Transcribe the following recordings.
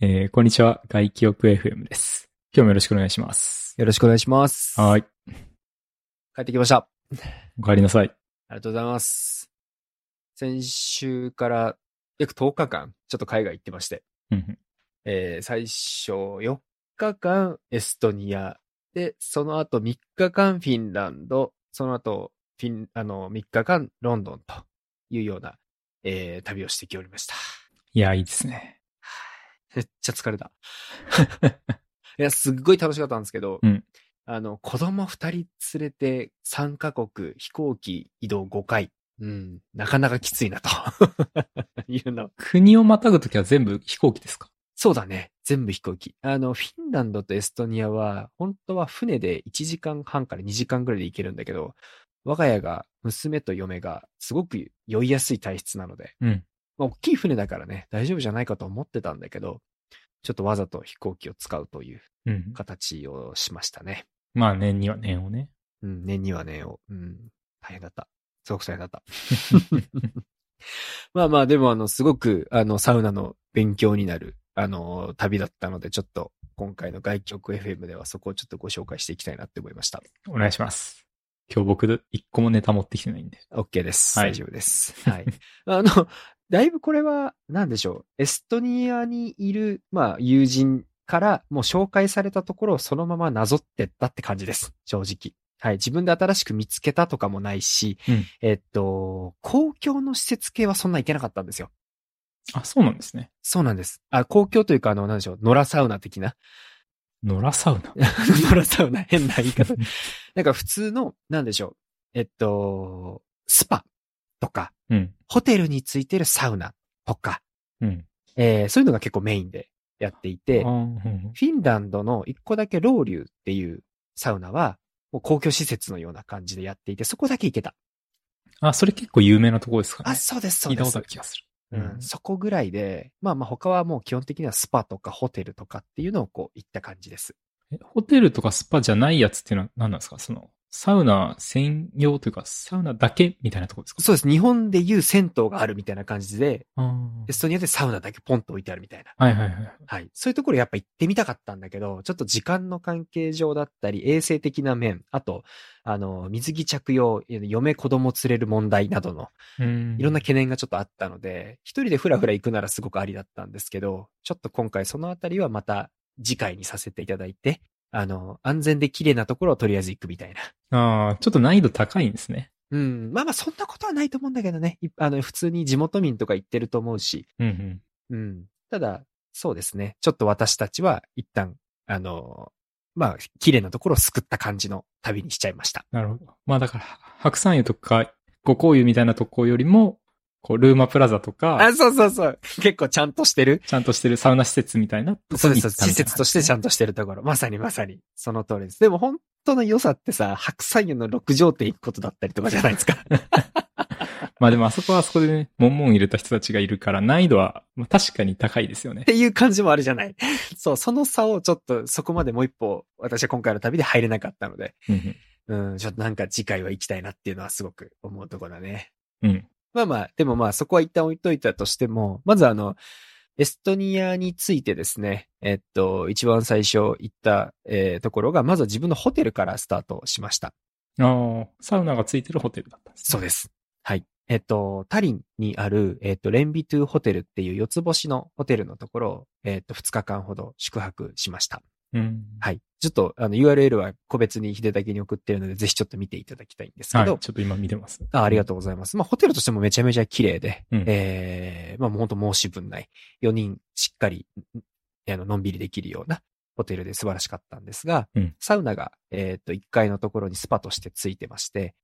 えーこんにちは。外記憶 FM です。今日もよろしくお願いします。よろしくお願いします。。はいい。帰ってきました。あお帰りなさい。りがとうございます。先週から約10日間、ちょっと海外行ってまして、うんえー最初4日間エストニア、で、その後3日間フィンランド、その後フィン、あの、3日間ロンドンというような、えー旅をしてきておりました。いや、いいですね。めっちゃ疲れた。 いや、すっごい楽しかったんですけど、うんあの、子供二人連れて3カ国、飛行機移動5回。うん、なかなかきついなと。 いうの。国をまたぐときは全部飛行機ですかそうだね。全部飛行機。あの、フィンランドとエストニアは、本当は船で1時間半から2時間ぐらいで行けるんだけど、我が家が、娘と嫁が、すごく酔いやすい体質なので、うん。まあ、大きい船だからね、大丈夫じゃないかと思ってたんだけど、ちょっとわざと飛行機を使うといううん。形をしましたね。まあ、年には年をね。うん、年には年を。うん、大変だった。すごく大変だった。まあまあ、でも、あの、すごく、あの、サウナの勉強になる、あの、旅だったので、ちょっと、今回の外局 FM ではそこをちょっとご紹介していきたいなって思いました。お願いします。今日僕、一個もネタ持ってきてないんで。 OK です。はい大丈夫です。 はい。あの、だいぶこれは、なんでしょう。エストニアにいる、まあ、友人から、もう紹介されたところをそのままなぞってったって感じです。正直。はい。自分で新しく見つけたとかもないし、うんえっと、公共の施設系はそんな行けなかったんですよ。あ、そうなんですね。そうなんです。あ、公共というか、あの、なんでしょう。野良サウナ的な。 野良サウナ。野良サウナ、変な言 い方。なんか普通の、なんでしょう。えっと、スパとか、うん。ホテルについてるサウナとか、うん。えーそういうのが結構メインでやっていて、あーフうんィンランドの一個だけロウリュっていうサウナは、もう公共施設のような感じでやっていて、そこだけ行けた。あ、それ結構有名なところですかね。あ、そうです、そ聞ういたでことあする。気がすうる。ん、そこぐらいで、まあまあ他はもう基本的にはスパとかホテルとかっていうのをこう行った感じです。えホテルとかスパじゃないやつっていうのは何なんですかその、サウナ専用というか、サウナだけみたいなところですかそうです。日本でいう銭湯があるみたいな感じで、あーエストニアでサウナだけポンと置いてあるみたいな。はいはいはい。はい。そういうところやっぱ行ってみたかったんだけど、ちょっと時間の関係上だったり、衛生的な面、あと、あの、水着着用、嫁子供連れる問題などの、うんいろんな懸念がちょっとあったので、一人でふらふら行くならすごくありだったんですけど、ちょっと今回そのあたりはまた次回にさせていただいて、あの、安全で綺麗なところをとりあえず行くみたいな。ああ、ちょっと難易度高いんですね。うん。まあまあ、そんなことはないと思うんだけどね。いあの、普通に地元民とか行ってると思うし、うんうん。うん。ただ、そうですね。ちょっと私たちは一旦、あのーまあ、綺麗なところを救った感じの旅にしちゃいました。なるほど。まあだから、白山湯とか五香湯みたいなとこよりも、こう、ルーマプラザとかあ、、そうそうそう。結構ちゃんとしてる。ちゃんとしてるサウナ施設みたいなとこそうでにす。行った施みたいな設としてちゃんとしてるところ。まさにまさに。その通りです。でも本当の良さってさ、白山湯の六畳店行くことだったりとかじゃないですか。 まあでもあそこはあそこでね、もんもん入れた人たちがいるから、難易度は、まあ確かに高いですよねっ。ていう感じもあるじゃない。そう、その差をちょっとそこまでもう一歩、私は今回の旅で入れなかったので、うんうん、ちょっとなんか次回は行きたいなっていうのはすごく思うところだね。うん。うん。まあまあ、でもまあそこは一旦置いといたとしても、まずあの、エストニアについてですね、えっと、一番最初行った、えーところが、まずは自分のホテルからスタートしました。ああ、サウナがついてるホテルだったんですね、そうです。はい。えっと、タリンにある、えっと、レンビトゥホテルっていう四つ星のホテルのところを、えっと、2日間ほど宿泊しました。うん。はい。ちょっと、あの、URL は個別に秀武に送ってるので、ぜひちょっと見ていただきたいんですけはい。ど、ちょっと今見てます。あありがとうございます。まあ、ホテルとしてもめちゃめちゃ綺麗で、うんええまあ、もう本当申し分ない。4人しっかり、んあの、のんびりできるようなホテルで素晴らしかったんですが、うんサウナが、えっ、と、1階のところにスパとしてついてまして、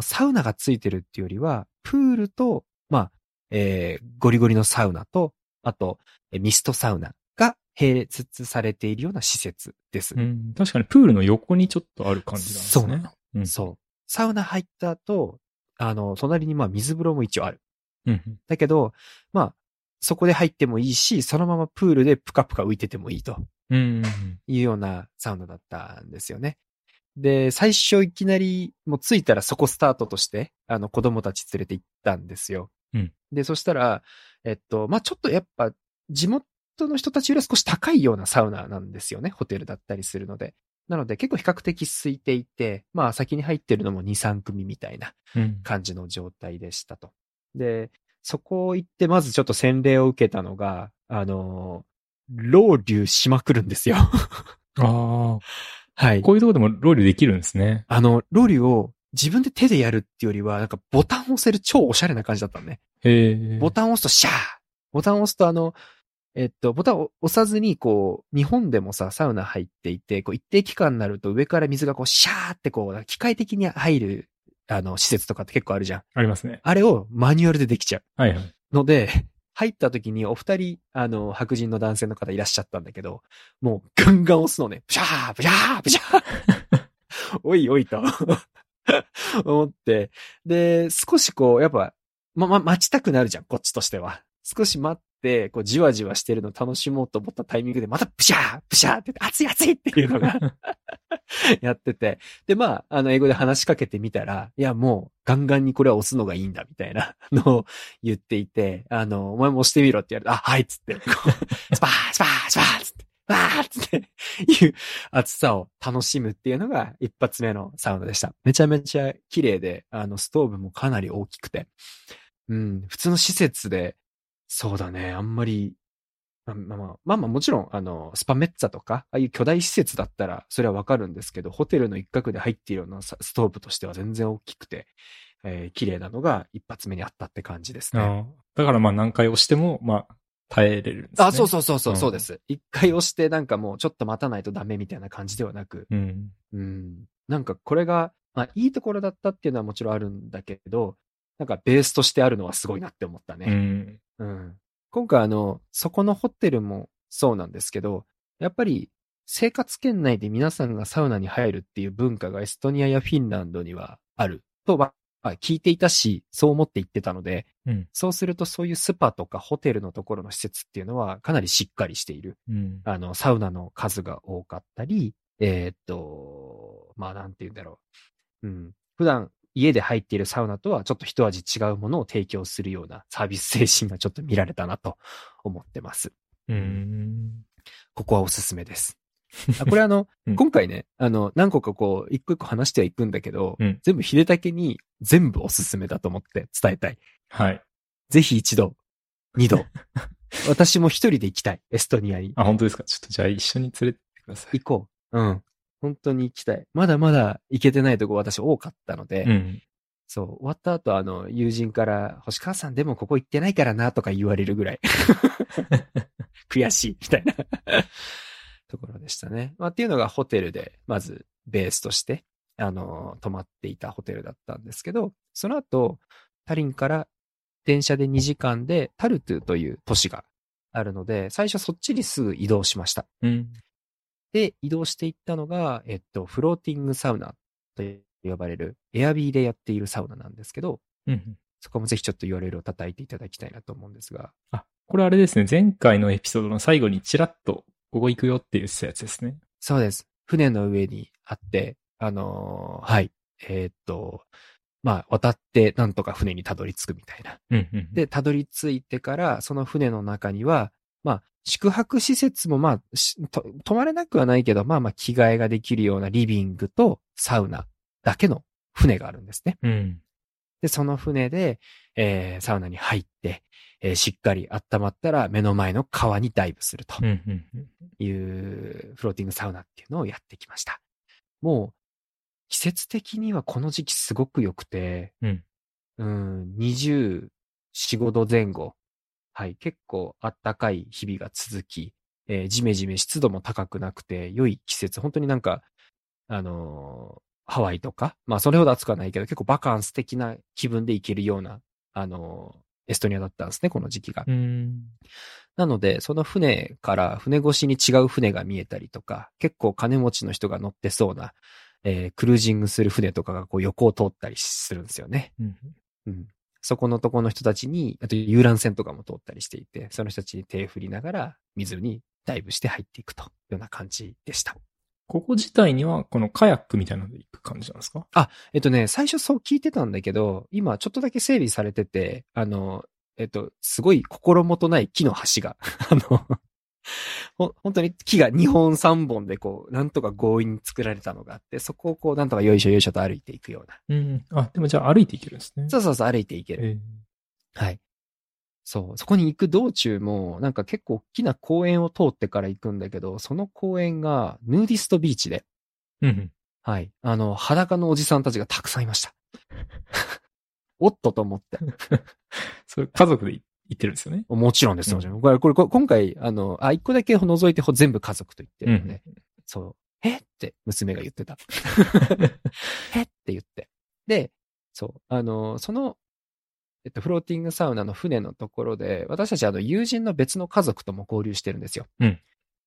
サウナがついてるっていうよりは、プールと、まあ、えーゴリゴリのサウナと、あと、えミストサウナが並列されているような施設です。うん。確かにプールの横にちょっとある感じなんですね。そうなのうん。そう。サウナ入った後、あの、隣にまあ水風呂も一応ある。うん。だけど、まあ、そこで入ってもいいし、そのままプールでプカプカ浮いててもいいとうん。うんいうようなサウナだったんですよね。で、最初いきなり、もう着いたらそこスタートとして、あの子供たち連れて行ったんですよ。うんで、そしたら、えっと、まあちょっとやっぱ地元トの人たちよりは少し高いようなサウナなんですよね、ホテルだったりするので。なので結構比較的空いていて、まあ先に入ってるのも2、3組みたいなうん。感じの状態でしたと。で、そこ行ってまずちょっと洗礼を受けたのが、あのー、ロウリュしまくるんですよ。あはいあ。。こういうとこでもロールできるんですね。あの、ロウリュを自分で手でやるっていうよりは、なんかボタンを押せる超おしゃれな感じだったのね。へえ。ボタンを押すとシャーボタンを押すとあの、えっと、ボタンを押さずに、こう、日本でもさ、サウナ入っていて、こう、一定期間になると上から水がこう、シャーってこう、なんか機械的に入る、あの、施設とかって結構あるじゃん。ありますね。あれをマニュアルでできちゃう。はいはい。ので、入った時にお二人、あの、白人の男性の方いらっしゃったんだけど、もうガンガン押すのね、プシャー、プシャー、プシャー。 おいおいと、思って。で、少しこう、やっぱ、ま、ま、待ちたくなるじゃん、こっちとしては。少し待って、こう、じわじわしてるの楽しもうと思ったタイミングで、またプシャー、プシャーって、熱い熱いっていうのが やってて。で、まあ、あの、英語で話しかけてみたら、いや、もう、ガンガンにこれは押すのがいいんだ、みたいなのを言っていて、あの、お前も押してみろって言われて、あ、はいっつって、こうスパー、スパー、スパーっつって、わーっつって、いう暑さを楽しむっていうのが一発目のサウナでした。めちゃめちゃ綺麗で、あの、ストーブもかなり大きくて。うん、普通の施設で、そうだね、あんまり、まあまあまあ、まあまあもちろん、あの、スパメッツァとか、ああいう巨大施設だったら、それはわかるんですけど、ホテルの一角で入っているようなさストーブとしては全然大きくて、えー綺麗なのが一発目にあったって感じですね。ああだからまあ何回押しても、まあ、耐えれるんですね。あ、そうそうそうそう、うんそうです。一回押して、なんかもうちょっと待たないとダメみたいな感じではなく、う。うん。うん。なんかこれが、まあいいところだったっていうのはもちろんあるんだけど、なんかベースとしてあるのはすごいなって思ったうね。ん。うん。今回あの、そこのホテルもそうなんですけど、やっぱり生活圏内で皆さんがサウナに入るっていう文化がエストニアやフィンランドにはあるとは、まあ聞いていたし、そう思って行ってたので、うん。そうするとそういうスパとかホテルのところの施設っていうのはかなりしっかりしている。うん。あの、サウナの数が多かったり、えーっと、まあなんて言うんだろう。うん。普段家で入っているサウナとはちょっと一味違うものを提供するようなサービス精神がちょっと見られたなと思ってます。うん。ここはおすすめです。あこれあの、 うん今回ね、あの、何個かこう、一個一個話してはいくんだけど、うん全部秀武に全部おすすめだと思って伝えたい。はい。ぜひ一度、二度。私も一人で行きたい。エストニアに。あ、本当ですか。ちょっとじゃあ一緒に連れてってください。行こう。うん。本当に行きたい。まだまだ行けてないとこ私多かったので、うん。そう、終わった後あの、友人から、星川さんでもここ行ってないからなとか言われるぐ らい。悔しい、みたいなところでしたね。まあっていうのがホテルで、まずベースとして、あの、泊まっていたホテルだったんですけど、その後、タリンから電車で2時間でタルトゥという都市があるので、最初そっちにすぐ移動しました。うん。で、移動していったのが、えっと、フローティングサウナと呼ばれる、エアビーでやっているサウナなんですけど、うん。そこもぜひちょっと URL を叩いていただきたいなと思うんですが、あ、これあれですね。前回のエピソードの最後にチラッとここ行くよって言ってたやつですね。そうです。船の上にあって、あのーはい、えーっと、まあ、渡ってなんとか船にたどり着くみたいな。うんうん。、で、たどり着いてから、その船の中には、まあ、宿泊施設も、まあ、しと泊まれなくはないけど、まあまあ、着替えができるようなリビングとサウナだけの船があるんですね。うん。で、その船で、えーサウナに入って、えーしっかり温まったら目の前の川にダイブするとうんうんうん。いうフローティングサウナっていうのをやってきました。もう、季節的にはこの時期すごく良くて、うん。うん、24、5度前後。はい、結構暖かい日々が続き、えージメジメ湿度も高くなくて、良い季節。本当になんか、あのーハワイとか、まあそれほど暑くはないけど、結構バカンス的な気分で行けるような、あのーエストニアだったんですね、この時期が。うん。なので、その船から船越しに違う船が見えたりとか、結構金持ちの人が乗ってそうな、えークルージングする船とかがこう横を通ったりするんですよね。うんうん。そこのとこの人たちに、あと遊覧船とかも通ったりしていて、その人たちに手振りながら水にダイブして入っていくというような感じでした。ここ自体には、このカヤックみたいなので行く感じなんですかえっとね、最初そう聞いてたんだけど、今ちょっとだけ整備 されてて、あの、えっと、すごい心もとない木の橋が、あの、ほ本当に木が2本3本でこう、なんとか強引に作られたのがあって、そこをこう、なんとかよいしょよいしょと歩いていくような。うん。あ、でもじゃあ歩いていけるんですね。そううそうそう、歩いていける。えはい。そう。そこに行く道中も、なんか結構大きな公園を通ってから行くんだけど、その公園がヌーディストビーチで、ーうんはい。あの、裸のおじさんたちがたくさんいました。おっとと思って。うん。それ家族で行ってるんですよね。もちろんです、うんもちろん。これ、これ、これ今回、あの、あ、一個だけ除いてほ全部家族と言ってるので、そう。えって娘が言 ってた。えって言って。で、そう。あの、その、えっと、フローティングサウナの船のところで、私たち、あの、友人の別の家族とも交流してるんですよ。うん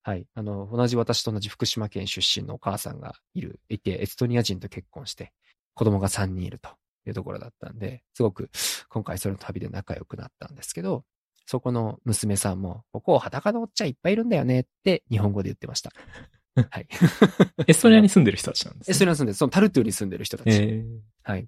はい。あの、同じ私と同じ福島県出身のお母さんがいる、いて、エストニア人と結婚して、子供が3人いるというところだったんで、すごく、今回それの旅で仲良くなったんですけど、そこの娘さんも、ここ裸のおっちゃんいっぱいいるんだよねって日本語で言ってました。はい。エストニアに住んでる人たちなんです、エストニアに住んでる、そのタルトゥーに住んでる人たち。えーはい。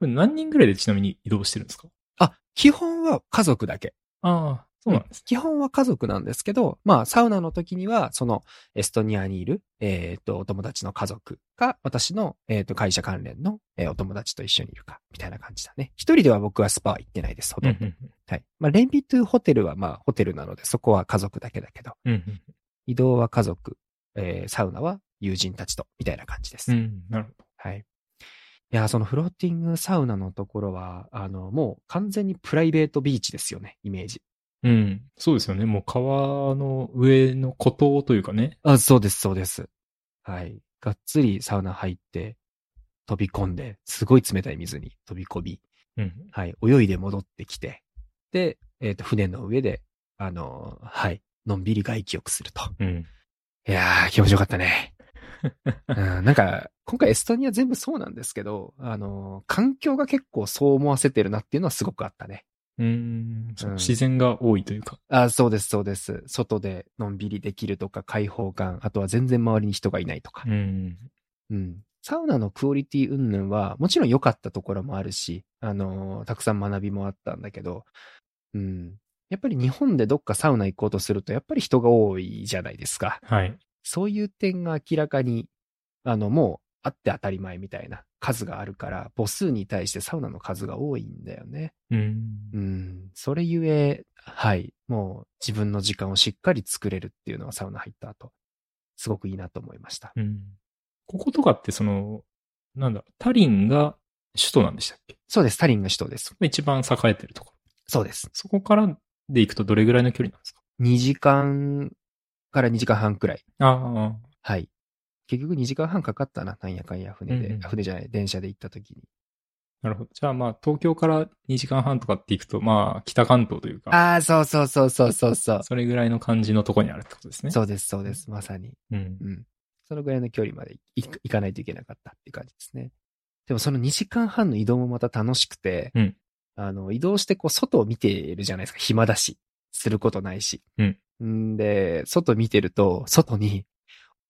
これ何人ぐらいでちなみに移動してるんですかあ、基本は家族だけ。ああ、そうなんです基本は家族なんですけど、まあ、サウナの時には、その、エストニアにいる、えっ、と、お友達の家族か、私の、えっ、と、会社関連の、えーお友達と一緒にいるか、みたいな感じだね。一人では僕はスパは行ってないです、ほとねんど。。はい。まあ、レンビトゥホテルは、まあ、ホテルなので、そこは家族だけだけど、うんうん移動は家族、えーサウナは友人たちと、みたいな感じです。うん。うん、なるほど。はい。いやー、そのフローティングサウナのところは、あの、もう完全にプライベートビーチですよね、イメージ。うん。そうですよね。もう川の上の孤島というかね。あ、そうです、そうです。はい。がっつりサウナ入って、飛び込んで、すごい冷たい水に飛び込み、うん。はい、泳いで戻ってきて、で、えっ、と、船の上で、あのーはい、のんびり外気浴すると。うん。いやー、気持ちよかった ね。うん、なんか、今回エストニア全部そうなんですけど、あのー環境が結構そう思わせてるなっていうのはすごくあったね。うんそううん自然が多いというか。あ、そうです、そうです。外でのんびりできるとか、開放感、あとは全然周りに人がいないとかう。ん。うん。サウナのクオリティ云々は、もちろん良かったところもあるし、あのーたくさん学びもあったんだけど、うん。やっぱり日本でどっかサウナ行こうとすると、やっぱり人が多いじゃないですか。はい。そういう点が明らかに、あの、もう、あって当たり前みたいな数があるから、母数に対してサウナの数が多いんだよね。うん。うん、それゆえ、はい、もう自分の時間をしっかり作れるっていうのはサウナ入った後、すごくいいなと思いました。うん。こことかってその、なんだ、タリンが首都なんでしたっけそうです、タリンが首都です。一番栄えてるところ。そうです。そこからで行くとどれぐらいの距離なんですか2時間から2時間半くらい。ああ。はい。結局2時間半かかったな、なんやかんや船で、うんうんあ船じゃない、電車で行った時に。なるほど。じゃあまあ、東京から2時間半とかって行くと、まあ、北関東というか、ああ、そうそうそうそうそうそう。それぐらいの感じのとこにあるってことですね。そうです、そうです、まさに。うん。うん。そのぐらいの距離まで行く行かないといけなかったっていう感じですね。でもその2時間半の移動もまた楽しくて、うんあの、移動してこう外を見てるじゃないですか。暇だし、することないし。うんんで、外見てると、外に、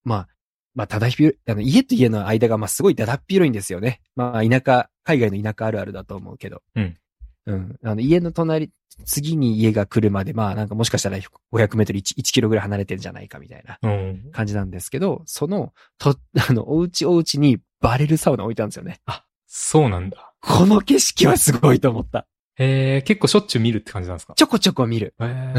まあ、まあ、ただひび、あの、家と家の間が、まあ、すごいだだっ広いんですよね。まあ、田舎、海外の田舎あるあるだと思うけど。うん。うん。あの、家の隣、次に家が来るまで、まあ、なんかもしかしたら500メートル1、1キロぐらい離れてるんじゃないかみたいな。うん。感じなんですけど、その、と、 あの、おうちおうちにバレルサウナ置いたんですよね。あ、そうなんだ。この景色はすごいと思った。へえ、結構しょっちゅう見るって感じなんですかちょこちょこ見る。へえ。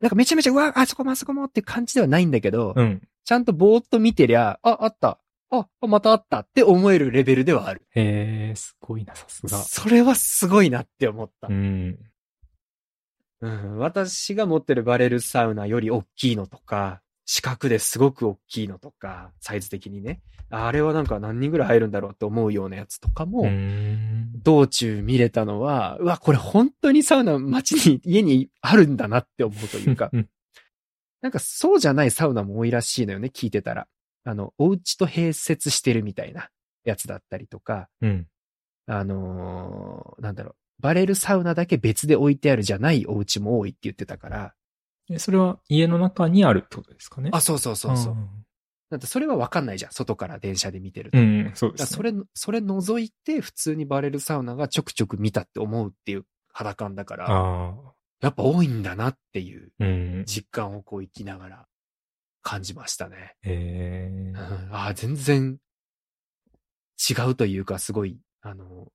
なんかめちゃめちゃ、うわ、あそこもあそこもって感じではないんだけど、うん。ちゃんとぼーっと見てりゃ、あ、あった。あ、あまたあったって思えるレベルではある。へえ、すごいな、さすが。それはすごいなって思ったう。ん。うん、私が持ってるバレルサウナより大きいのとか、四角ですごく大きいのとか、サイズ的にね。あれはなんか何人ぐらい入るんだろうって思うようなやつとかも、うん。、道中見れたのは、うわ、これ本当にサウナ街に、家にあるんだなって思うというか うんなんかそうじゃないサウナも多いらしいのよね、聞いてたら。あの、お家と併設してるみたいなやつだったりとか、うん。あのーなんだろう、バレルサウナだけ別で置いてあるじゃないお家も多いって言ってたから、えそれは家の中にあるってことですかねあ、、そうそうそうそう。んだってそれはわかんないじゃん、外から電車で見てると。うん、そうでだからす、ね。それ、それ除いて普通にバレルサウナがちょくちょく見たって思うっていう肌感だから、ああ。やっぱ多いんだなっていううん。実感をこう生きながら感じましたね。えうんー、ああ、全然違うというか、すごい、あの、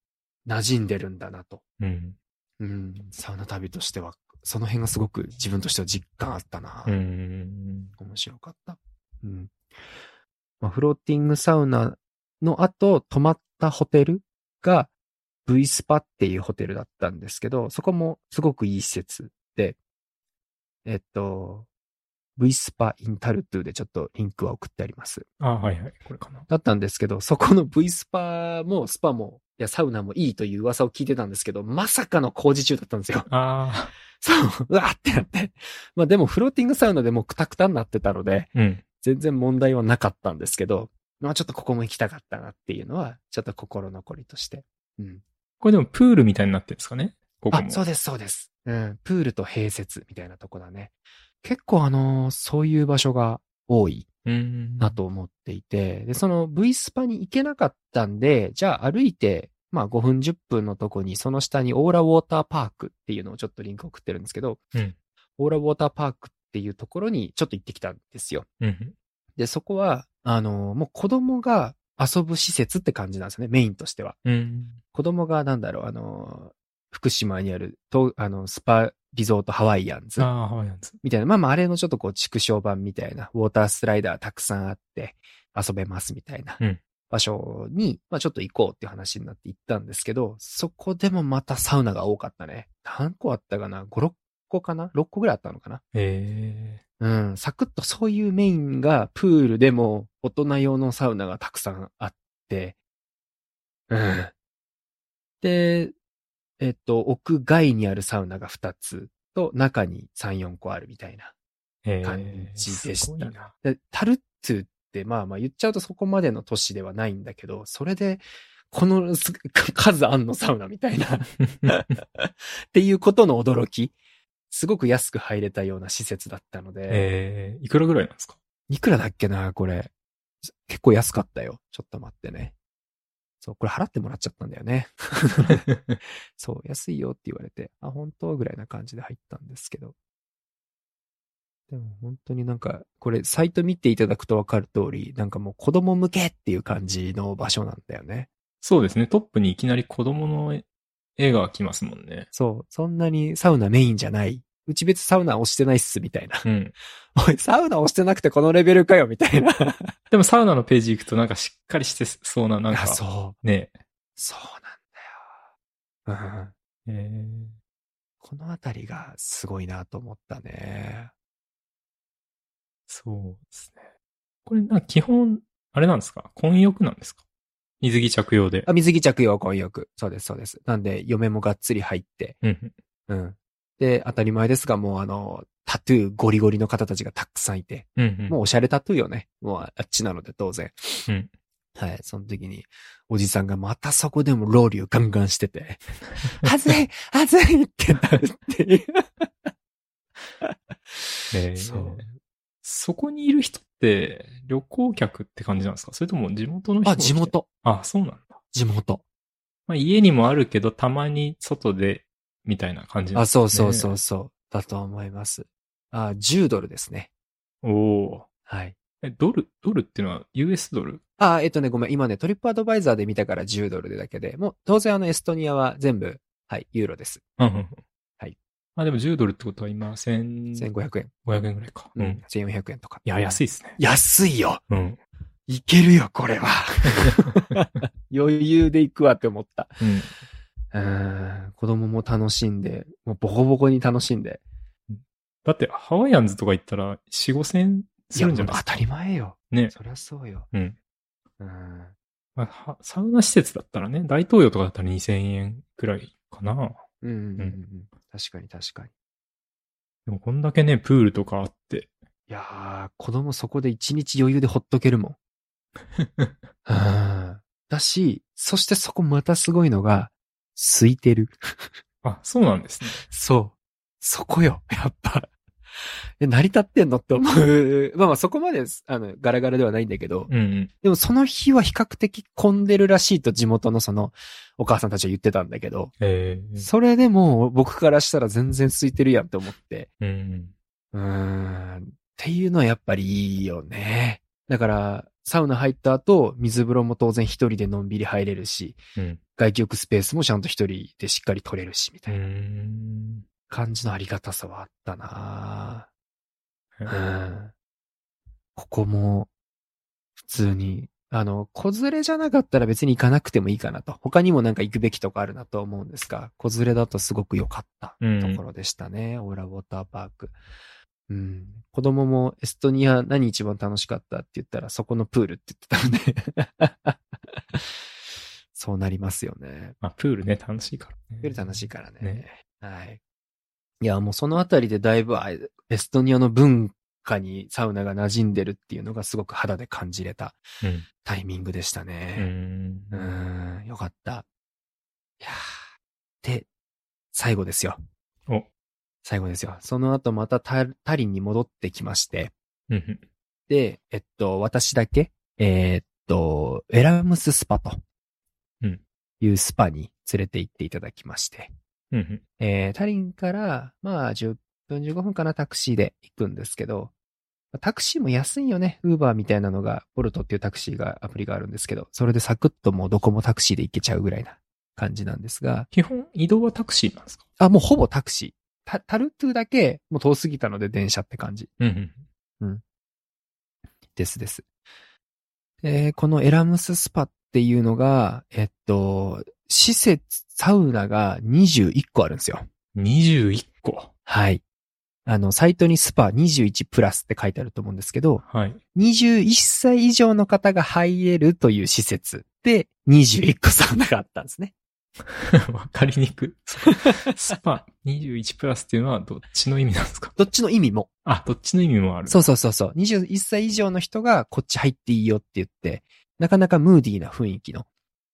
馴染んでるんだなと。うん。うん、サウナ旅としては、その辺がすごく自分としては実感あったな。うん。面白かった。うん。まあ、フローティングサウナの後、泊まったホテルが V スパっていうホテルだったんですけど、そこもすごくいい施設で、えっと、V スパインタルトゥでちょっとリンクは送ってあります。あ、はいはい。これかな。だったんですけど、そこの V スパもスパも、いや、サウナもいいという噂を聞いてたんですけど、まさかの工事中だったんですよ。あそう、うわーってなって。まあでもフローティングサウナでもうクタクタになってたので、あ。うん。全然問題はなかったんですけど、まあちょっとここも行きたかったなっていうのは、ちょっと心残りとして。うん。これでもプールみたいになってるんですかねここあ、も。そうです、そうです。うん。プールと併設みたいなとこだね。結構あのーそういう場所が多いうん。な。と思っていて、で、その V スパに行けなかったんで、じゃあ歩いて、まあ5分10分のとこに、その下にオーラウォーターパークっていうのをちょっとリンク送ってるんですけど、うんオーラウォーターパークっていうところにちょっと行ってきたんですよ。うん。で、そこは、あの、もう子供が遊ぶ施設って感じなんですよね、メインとしては。うん。子供が、なんだろう、あの、福島にある、とあの、スパリゾートハワイアンズああ、ハワイアンズ。みたいな、まあまあ、あれのちょっとこう、縮小版みたいな、ウォータースライダーたくさんあって、遊べますみたいなうん場所に、まあちょっと行こうっていう話になって行ったんですけど、そこでもまたサウナが多かったね。何個あったかな ?5、6個かな ?6 個ぐらいあったのかなえうん、サクッとそういうメインがプールでも大人用のサウナがたくさんあって、うん。で、えっと、屋外にあるサウナが2つと中に3、4個あるみたいな。ー、えー。感じでしたすごいな。でタルッツーってまあまあ言っちゃうとそこまでの都市ではないんだけど、それでこのす 数あんのサウナみたいなっていうことの驚き。すごく安く入れたような施設だったので。えー、いくらぐらいなんですかいくらだっけな、これ。結構安かったよ。ちょっと待ってね。そう、これ払ってもらっちゃったんだよ ね。そう、安いよって言われて、あ、本当ぐらいな感じで入ったんですけど。でも本当になんか、これサイト見ていただくとわかる通り、なんかもう子供向けっていう感じの場所なんだよね。そうですね。トップにいきなり子供の絵が来ますもんね。そう、そんなにサウナメインじゃない。うち別サウナ押してないっす、みたいな。 うん。おい、サウナ押してなくてこのレベルかよ、みたいな。でもサウナのページ行くとなんかしっかりしてそうな、なんあ、か、 そう。ねそうなんだよ。うん。えーこのあたりがすごいなと思ったね。そうですね。これ、なんか基本、あれなんですか混浴なんですか水着着用であ、。水着着用、混浴。そうです、そうです。なんで、嫁もがっつり入って。うん。うん。で、当たり前ですが、もうあの、タトゥーゴリゴリの方たちがたくさんいて。うん、うん。もうおしゃれタトゥーよね。もうあっちなので、当然。うんはい。その時に、おじさんがまたそこでもローリュガンガンしてて、 はずいはずいってなるって いう。えーそうそこにいる人って旅行客って感じなんですかそれとも地元の人あ、が来て地。元。あ、そうなんだ。地元。まあ家にもあるけど、たまに外で、みたいな感じなんあ、ですねそうそうそうそう。だと思います。あ、10ドルですね。おおはい。ー。え、ドル、ドルっていうのは US ドルあ、えっとね、ごめん。今ね、トリップアドバイザーで見たから10ドルでだけで、もう当然あのエストニアは全部、はい、ユーロです。うんうんうん。はい。まあでも10ドルってことは今、1500 1500円。円ぐらいか。うん。い1400円とか。や、安い。いですね。安いようん。いけるよ、これは 余裕で行くわって思った。うん。うーん。子供も楽しんで、もうボコボコに楽しんで。だって、ハワイアンズとか行ったら、4、5千円するんじゃないでやもうす当か。たり前よ。ね。そりゃそうよ。うん。うん。まあはサウナ施設だったらね、大東洋とかだったら2000円くらいかな。うんうんうんう。うん確かに確かに。でもこんだけね、プールとかあって。いやー、子供そこで一日余裕でほっとける もん。うんだし、そしてそこまたすごいのが、空いてる。あ、そうなんですね。そう。そこよ、やっぱ。え、成り立ってんのって思う。まあまあそこまで、あの、ガラガラではないんだけど、うんうん。でもその日は比較的混んでるらしいと地元のその、お母さんたちは言ってたんだけど、ええそれでも僕からしたら全然空いてるやんって思って、うんうーんっていうのはやっぱりいいよね。だから、サウナ入った後、水風呂も当然一人でのんびり入れるし、うん。うん。外気浴スペースもちゃんと一人でしっかり取れるし、みうたー。いなん感じのありがたさはあったなえぁうーん。ここも、普通に、あの、子連れじゃなかったら別に行かなくてもいいかなと。他にもなんか行くべきとかあるなとは思うんですが、子連れだとすごく良かった。うん。ところでしたね。オーラウォーターパーク。うん。子供もエストニア何一番楽しかったって言ったらそこのプールって言ってたので。 そうなりますよね。まあ、プールね、楽しいからね。プール楽しいからね。ねはい。いや、もうそのあたりでだいぶあエストニアの文化にサウナが馴染んでるっていうのがすごく肌で感じれたうん。タイミングでしたうね。ん。うーん、よかった。いやーで、最後ですよ。お。最後ですよ。その後またタタリンに戻ってきまして、うんうん。で、えっと、私だけ、えーっと、エラムススパとうんいうスパに連れて行っていただきまして、うんうん。えータリンから、まあ、10分15分かなタクシーで行くんですけど、タクシーも安いよね。ウーバーみたいなのが、ボルトっていうタクシーが、アプリがあるんですけど、それでサクッともうどこもタクシーで行けちゃうぐらいな感じなんですが、基本、移動はタクシーなんですかあ、もうほぼタクシー。タタルトゥだけ、もう遠すぎたので電車って感じ。うんうん。ですです。でこのエラムススパっていうのが、えっと、施設、サウナが21個あるんですよ。 21個。はい。あの、サイトにスパ21プラスって書いてあると思うんですけど、 はい。 21歳以上の方が入れるという施設で21個サウナがあったんですね。わかりにくい。スパ21プラスっていうのはどっちの意味なんですかどっちの意味も。あ、どっちの意味もある。そうそうそうそう。21歳以上の人がこっち入っていいよって言って、なかなかムーディーな雰囲気の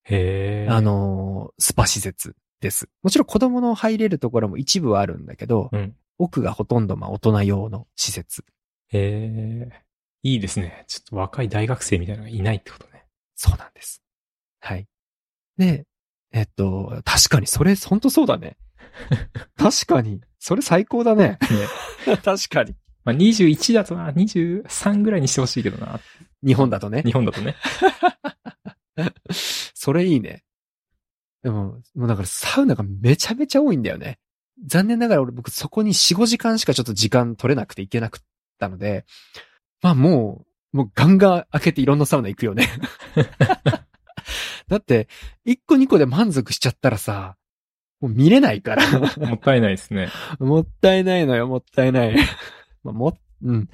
へえ。あ、のースパ施設です。もちろん子供の入れるところも一部はあるんだけど、うん。奥がほとんどまあ大人用の施設。へえ。いいですね。ちょっと若い大学生みたいなのがいないってことね。そうなんです。はい。で、えっと、確かにそれ、ほんとそうだね。確かに。それ最高だね。 確かに。まあ、21だとな、23ぐらいにしてほしいけどな。日本だとね。日本だと ね。 それいいね。でも、もうだからサウナがめちゃめちゃ多いんだよね。残念ながら俺僕そこに4、5時間しかちょっと時間取れなくて行けなくったので、まあもう、もうガンガン開けていろんなサウナ行くよね。だって、1個2個で満足しちゃったらさ、もう見れないから。もったいないですね。もったいないのよ、もったいない。まあ、も、うん。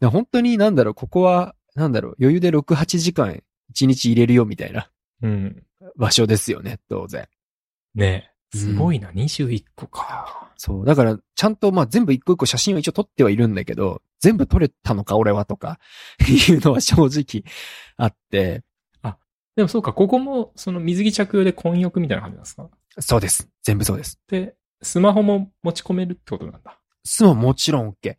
で本当になんだろう、ここは、なんだろう、余裕で6、8時間1日入れるよみたいな。うん。場所ですよね、当然。ねえすごいな、21個か。そう。だから、ちゃんと、まあ、全部一個一個写真を一応撮ってはいるんだけど、全部撮れたのか、俺はとか、 いうのは正直あって、でもそうか、ここも、その水着着用で混浴みたいな感じなんですかそうです。全部そうです。で、スマホも持ち込めるってことなんだ。スマもちろん OK。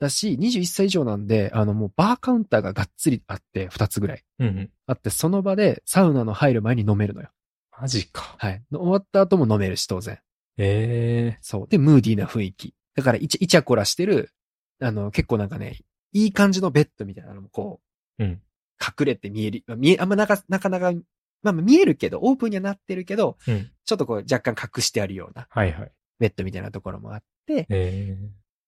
だし、21歳以上なんで、あの、もうバーカウンターががっつりあって、2つぐらい。うんうん。あって、その場でサウナの入る前に飲めるのよ。マジか。はい。終わった後も飲めるし、当然。ええそう。で、ムーディーな雰囲気。だから、いち、いちゃこらしてる、あの、結構なんかね、いい感じのベッドみたいなのもこう、うん隠れて見える、まあ見え、あんまなか、なかなか、まあまあ見えるけど、オープンにはなってるけど、うん。ちょっとこう若干隠してあるようなはいはい。ベッドみたいなところもあって、え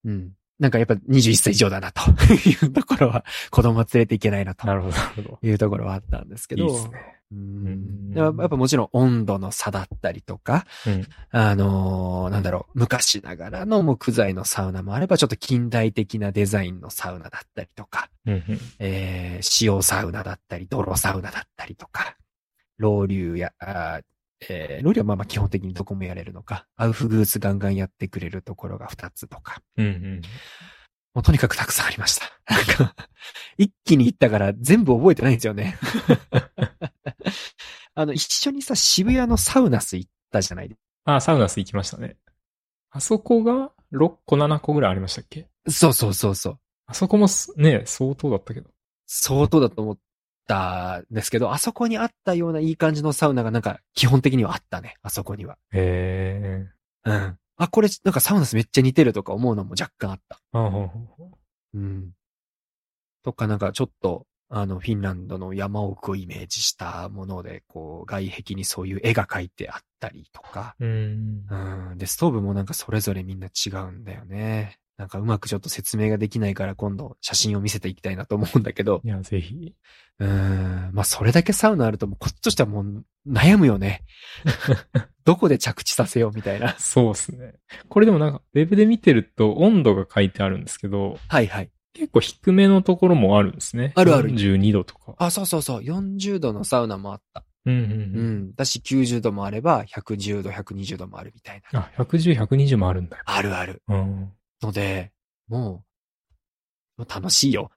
うん。なんかやっぱ21歳以上だな、と いうところは、子供は連れていけないな、えとなるほど、なるほいうところはあったんですけど。いど、いですね。うんんやっぱもちろん温度の差だったりとか、うん。あのーなんだろう、昔ながらの木材のサウナもあれば、ちょっと近代的なデザインのサウナだったりとか、うんうん。えー、塩サウナだったり、泥サウナだったりとか、ロウリュや、あーえー、ロウリュはまあまあ基本的にどこもやれるのか、アウフグースガンガンやってくれるところが2つとか、うんうん。もうとにかくたくさんありました。なんか、一気に行ったから全部覚えてないんですよね。 あの、一緒にさ、渋谷のサウナス行ったじゃないあ、サウナス行きましたね。あそこが、 6個7個ぐらいありましたっけそうそうそうそう。あそこもすね、相当だったけど。相当だと思ったんですけど、あそこにあったようないい感じのサウナがなんか基本的にはあったね。あそこには。へえ。うん。あ、これなんかサウナスめっちゃ似てるとか思うのも若干あった。あほうほうほううん。とかなんかちょっと、あの、フィンランドの山奥をイメージしたもので、こう、外壁にそういう絵が描いてあったりとか。うーん。うん。で、ストーブもなんかそれぞれみんな違うんだよね。なんかうまくちょっと説明ができないから今度写真を見せていきたいなと思うんだけど。いや、ぜひ。うん。まあそれだけサウナあるともうこっちとしてはもう悩むよね。 どこで着地させようみたいな。そうですね。これでもなんか、ウェブで見てると温度が書いてあるんですけど、はいはい。結構低めのところもあるんですね。あるある42度とか。あ、そうそうそう。40度のサウナもあった。うんううんん。だし90度もあれば110度、120度もあるみたいうん。な。あ、110、120もあるんだよ。あるある。うん。ので、もう、もう楽しい よ。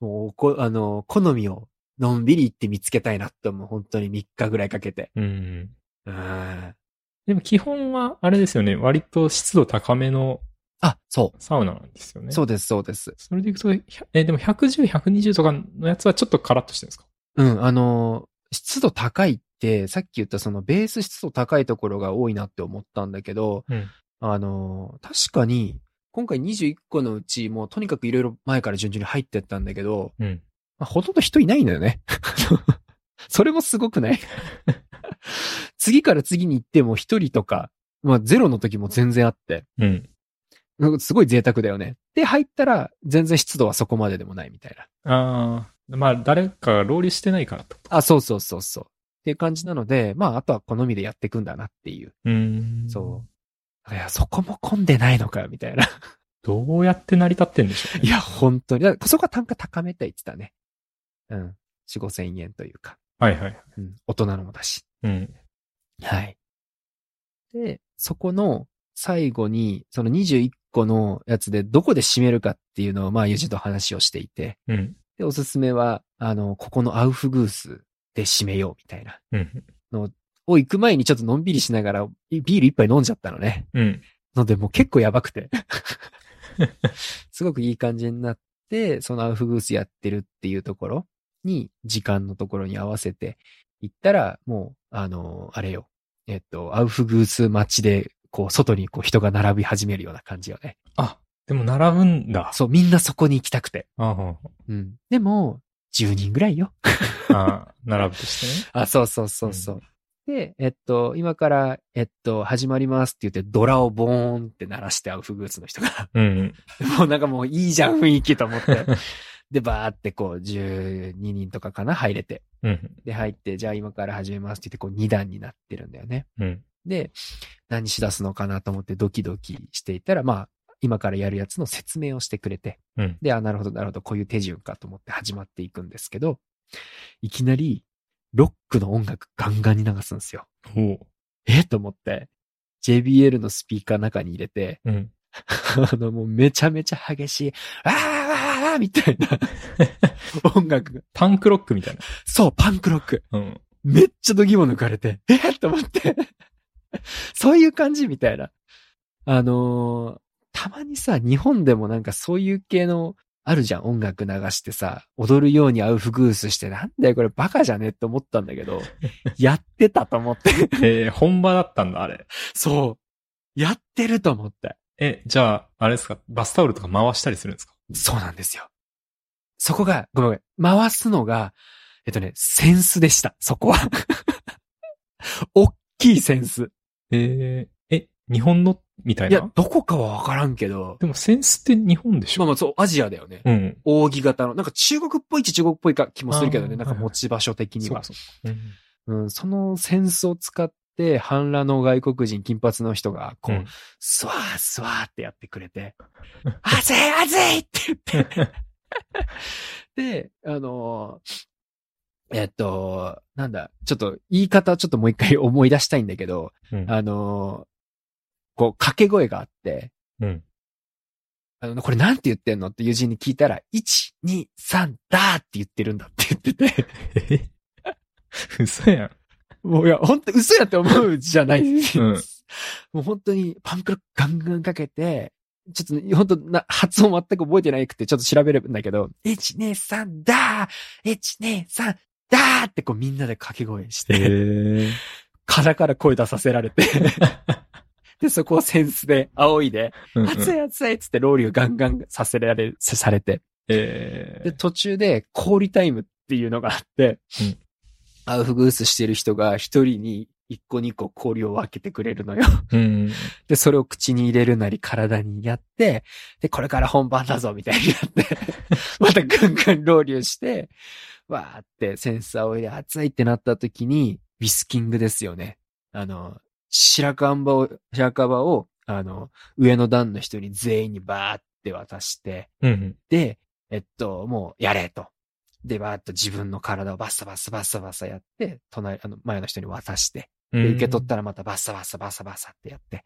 もうこ、あの、好みをのんびり行って見つけたいなって思う。本当に3日ぐらいかけて。うん。うん。でも基本は、あれですよね。割と湿度高めのあ、そサウナなんですよう。ね。。そううです、そうです。それでいくと、ひゃえ、でも110、120とかのやつはちょっとカラッとしてるんですかうん、あのー、湿度高いって、さっき言ったそのベース湿度高いところが多いなって思ったんだけど、うんあのー、確かに、今回21個のうち、もうとにかくいろいろ前から順々に入ってったんだけど、うん。まあ、ほとんど人いないんだよね。 それもすごくない 次から次に行っても一人とか、まあゼロの時も全然あって、うん。なんかすごい贅沢だよね。で、入ったら全然湿度はそこまででもないみたいな。ああ、まあ、誰かが浪流してないからってこと。あ、そうそうそうそう。っていう感じなので、まあ、あとは好みでやっていくんだなっていう。うんそいや、そこも混んでないのかよ、みたいな。どうやって成り立ってんでしょうね。 いや、本当に。だからそこは単価高めって言ってたね。うん。4、5千円というか。はいはい。うん。大人のもだし。うん。はい。で、そこの最後に、その21個のやつでどこで締めるかっていうのを、まあ、友人と話をしていて。うん。で、おすすめは、あの、ここのアウフグースで締めよう、みたいな。うん。を行く前にちょっとのんびりしながら、ビール一杯飲んじゃったのね。うん。ので、もう結構やばく て。すごくいい感じになって、そのアウフグースやってるっていうところに、時間のところに合わせて行ったら、もう、あの、あれよ。えっと、アウフグース街で、こう、外にこう人が並び始めるような感じよね。あ、でも並ぶんだ。そう、みんなそこに行きたくて。あーうん。でも、10人ぐらいよ。あー、並ぶとしてね。あ、そうそうそうそう。で、えっと、今から、えっと、始まりますって言って、ドラをボーンって鳴らしてアウフグースの人が。うん。もうなんかもういいじゃん、雰囲気と思って。 で、バーってこう、12人とかかな、入れて。うん。で、入って、じゃあ今から始めますって言って、こう、2段になってるんだよね。うん。で、何しだすのかなと思ってドキドキしていたら、まあ、今からやるやつの説明をしてくれて。うん。で、あ、なるほど、なるほど、こういう手順かと思って始まっていくんですけど、いきなり、ロックの音楽ガンガンに流すんですよ。おう。えと思って、JBL のスピーカー中に入れて、うん。 あの、もうめちゃめちゃ激しい、あーあーあーみたいな音楽が。パンクロックみたいな。そう、パンクロック。うん。めっちゃ度肝抜かれて、えーと思って。そういう感じみたいな。あのーたまにさ、日本でもなんかそういう系の、あるじゃん、音楽流してさ、踊るようにアウフグースして、なんだよ、これバカじゃねって思ったんだけど、やってたと思って。 えー、本場だったんだ、あれ。そう。やってると思って。え、じゃあ、あれですか、バスタオルとか回したりするんですかそうなんですよ。そこが、ごめんごめん。回すのが、えっとね、センスでした。そこは。 大きいセンス。えー、え、日本のみたいいやな。、どこかはわからんけど、でもセンスって日本でしまあょまあそう、アジアだよね。うん。扇形の、なんか中国っぽいっちゃ中国っぽいか気もするけどね、あーなんか持ち場所的にそうはか。そうか。うん、そのセンスを使って、半裸の外国人、金髪の人が、こう、うんスワースワーってやってくれて、熱い熱いって言って、で、あのーえっと、なんだ、ちょっと言い方ちょっともう一回思い出したいんだけど、うん。あのーこう、掛け声があって、うん。 あの、これなんて言ってんのって友人に聞いたら、1、2、3、だーって言ってるんだって言ってて、え嘘やん。もういや、ほんと嘘やって思うじゃない。ん もう本当にパンクルガンガンかけて、ちょっとね、本当な、発音全く覚えてないくて、ちょっと調べればんだけど、1、2、3、だー !1、2、3、だーってこうみんなで掛け声して、え。からから声出させられて、で、そこをセンスで、仰いで、 うんうん熱い熱いっつってローリュガンガンさせられ、さされて、えで、途中で氷タイムっていうのがあって、うんアウフグースしてる人が一人に一個二個氷を分けてくれるのよ。 ーうん。で、それを口に入れるなり体にやって、で、これから本番だぞみたいになって、 またぐんぐんロウリュして、わーってセンサーを入れ、熱いってなった時に、ウィスキングですよね。あの、白樺を、白樺を、あの、上の段の人に全員にバーって渡して、うん。で、えっと、もうやれと。で、バーッと自分の体をバッサバッサバッサバッサやって、隣、あの、前の人に渡して、うで、ん受け取ったらまたバッサバッサバッサバッサってやって。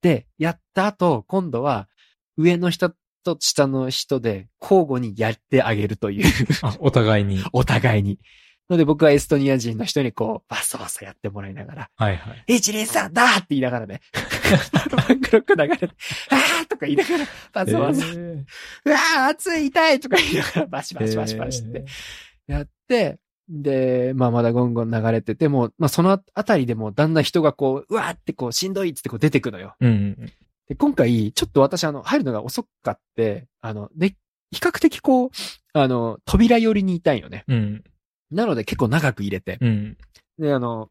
で、やった後、今度は、上の人と下の人で、交互にやってあげるという、 あ、お互いに。お互いに。ので、僕はエストニア人の人にこう、バッサバッサやってもらいながら、はいはい。一輪さんだーって言いながら ね、バンクロック流れて、あーとか言いながら、バッサバッサえうわー、熱い、痛いとか言いながら、 バシーバシバシバシって。やって、で、まあまだゴンゴン流れてて、もう、まあそのあたりでもだんだん人がこう、うわーってこう、しんどいっつってこう出てくのよ。うん。で、今回、ちょっと私あの、入るのが遅かって、あの、で、比較的こう、あの、扉寄りにいたいよね。うん。なので結構長く入れて。うん。で、あの、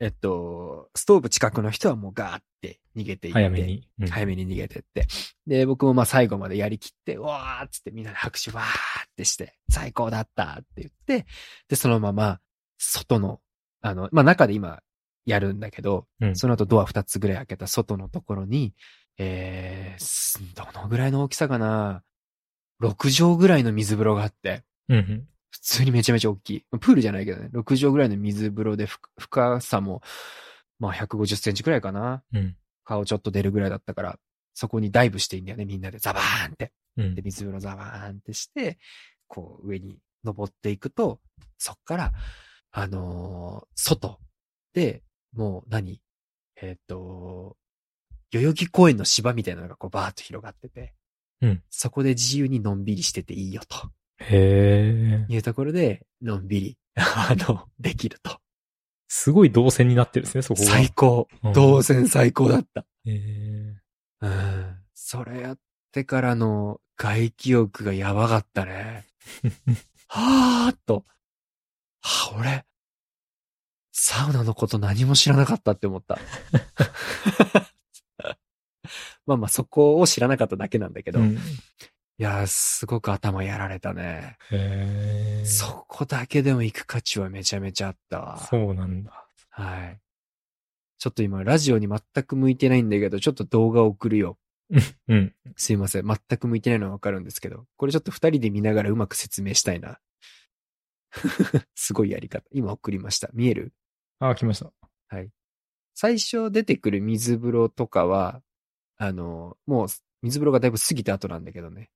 えっと、ストーブ近くの人はもうガーって逃げていって。早めに。うん早めに逃げてって。で、僕もまあ最後までやりきって、うわーっつってみんなで拍手わーってして、最高だったって言って、で、そのまま、外の、あの、まあ中で今やるんだけど、うんその後ドア2つぐらい開けた外のところに、えーす、どのぐらいの大きさかな ?6 畳ぐらいの水風呂があって、うん。普通にめちゃめちゃ大きい。プールじゃないけどね、6畳ぐらいの水風呂でふ深さも、まあ150センチぐらいかな。うん。顔ちょっと出るぐらいだったから、そこにダイブしていいんだよね、みんなでザバーンって。うんで、。水風呂ザバーンってして、こう上に登っていくと、そっから、あのー外で、もう何えーっ、と、代々木公園の芝みたいなのがこうバーッと広がってて、うんそこで自由にのんびりしてていいよとへえ。いうところで、のん びり、あの、できると。すごい動線になってるんですね、そこが。最高。うん動線最高だった。へえうんそれやってからの外気浴がやばかったね。はーっと。はあ、俺、サウナのこと何も知らなかったって 思った。まあまあそこを知らなかっただけなんだけど。ういん。やー、すごく頭やられたね。へえ。そこだけでも行く価値はめちゃめちゃあったわ。そうなんだ。はい。ちょっと今、ラジオに全く向いてないんだけど、ちょっと動画を送るよ。うん。すいません。全く向いてないのはわかるんですけど、これちょっと二人で見ながらうまく説明したいな。 すごいやり方。今送りました。見えるあ、来ました。最初出てくる水風呂とかは、あの、もう水風呂がだいぶ過ぎた後なんだけどね。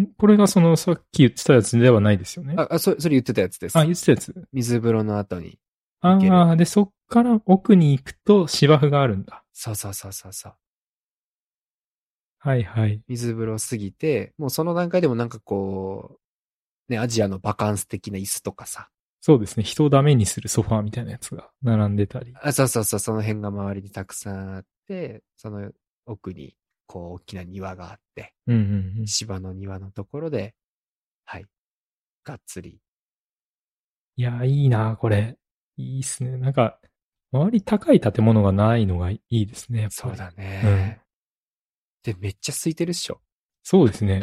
んこれがその、さっき言ってたやつではないですよね。あ、あそそれ言ってたやつですあ、。言ってたやつ。水風呂の後に。あけるあ、で、そっから奥に行くと芝生があるんだ。そうそうそうそうそう。はいはい。水風呂過ぎて、もうその段階でもなんかこう、ね、アジアのバカンス的な椅子とかさ。そうですね。人をダメにするソファーみたいなやつが並んでたり。あ、そうそうそう、その辺が周りにたくさんあって、その奥に、こう、大きな庭があって、うんうんうん。芝の庭のところで、はい、がっつり。いや、いいな、これ。いいっすね。なんか、周り高い建物がないのがいいですね、やっぱそり。うだね。で、めっちゃ空いてるっしょ。そうです ね。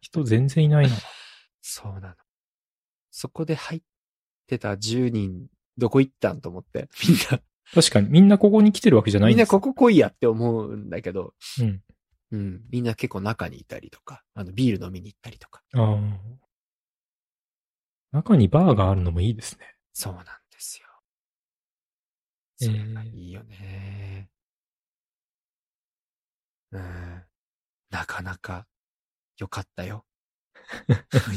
人全然いないな。そうなの。そこで入ってた10人、どこ行ったんと思って、みんな、確かに、みんなここに来てるわけじゃないみんんでなすよここ来いやって思うんだけど、うん。うん、みんな結構中にいたりとか、あの、ビール飲みに行ったりとか。ああ。中にバーがあるのもいいですね。そうなんですよ。えーそれがいいよね。うん。なかなか、よかった よ。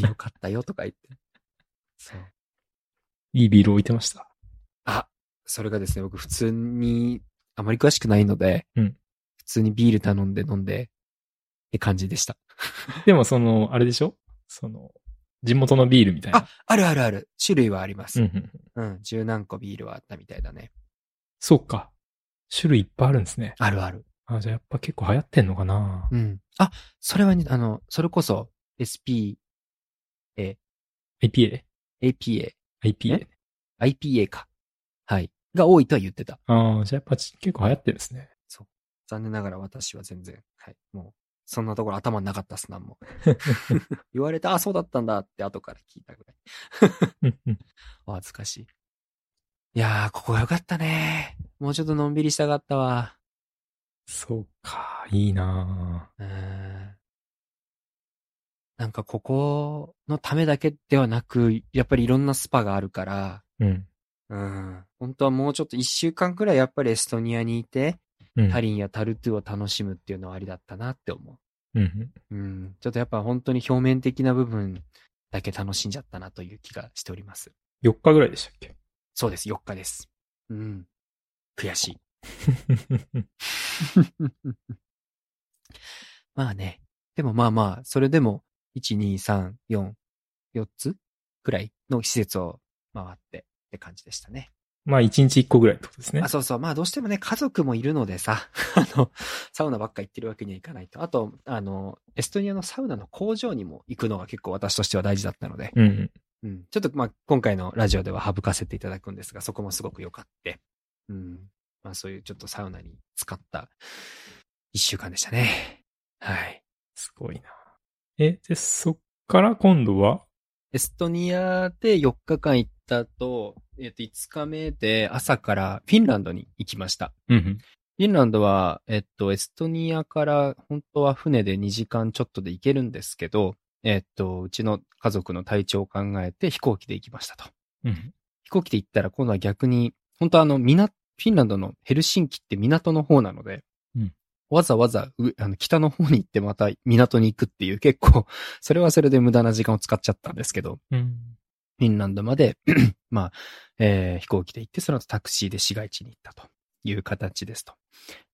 よかったよとか言って。そう。いいビール置いてました。あ、それがですね、僕普通に、あまり詳しくないので、うん普通にビール頼んで飲んで、って感じでした。でもその、あれでしょその、地元のビールみたいなあ。、あるあるある。種類はありまうす。んう。うんん。十何個ビールはあったみたいだね。そうか。種類いっぱいあるんですね。あるある。あ、じゃあやっぱ結構流行ってんのかなうん。あ、それはね、あの、それこそ、SP、 ?IPA?IPA APA、 IPA IPA か。はい。が多いとは言ってた。ああ、じゃあやっぱち結構流行ってるんですね。残念ながら私は全然、はい。もう、そんなところ頭になかったっす、 なんも。言われた、あ、そうだったんだって後から聞いたぐらい。うんうん。お恥ずかしい。いやー、ここが良かったね。もうちょっとのんびりしたかったわ。そうか、いいなうーん。なんかここのためだけではなく、やっぱりいろんなスパがあるから、ぁうん。うん。本当はもうちょっと一週間くらいやっぱりエストニアにいて、うん。タリンやタルトゥを楽しむっていうのはありだったなって思うんうん。う。うん。ちょっとやっぱ本当に表面的な部分だけ楽しんじゃったなという気がしております。 4日ぐらいでしたっけ そうです、4日です。うん。悔しい。まあね。でもまあまあ、それでも、1、2、3、4、4つくらいの施設を回ってって感じでしたね。まあ1日1個ぐらいってことですねあ、。そうそう。まあどうしてもね、家族もいるのでさ、 あの、サウナばっか行ってるわけにはいかないと。あと、あの、エストニアのサウナの工場にも行くのが結構私としては大事だったので、うんうん。うん。ちょっとまあ今回のラジオでは省かせていただくんですが、そこもすごく良かって。うん。まあそういうちょっとサウナに使った一週間でしたね。はい。すごいなえ、で、そっから今度はエストニアで4日間行った後、えっ、と、5日目で朝からフィンランドに行きました。うんうん。フィンランドは、えっと、エストニアから本当は船で2時間ちょっとで行けるんですけど、えっと、うちの家族の体調を考えて飛行機で行きましたと。うん。飛行機で行ったら今度は逆に、本当はあの、みな、フィンランドのヘルシンキって港の方なので、うんわざわざうあの北の方に行ってまた港に行くっていう結構、それはそれで無駄な時間を使っちゃったんですけど、うん。フィンランドまで、 まあ、えー飛行機で行って、その後タクシーで市街地に行ったという形ですと。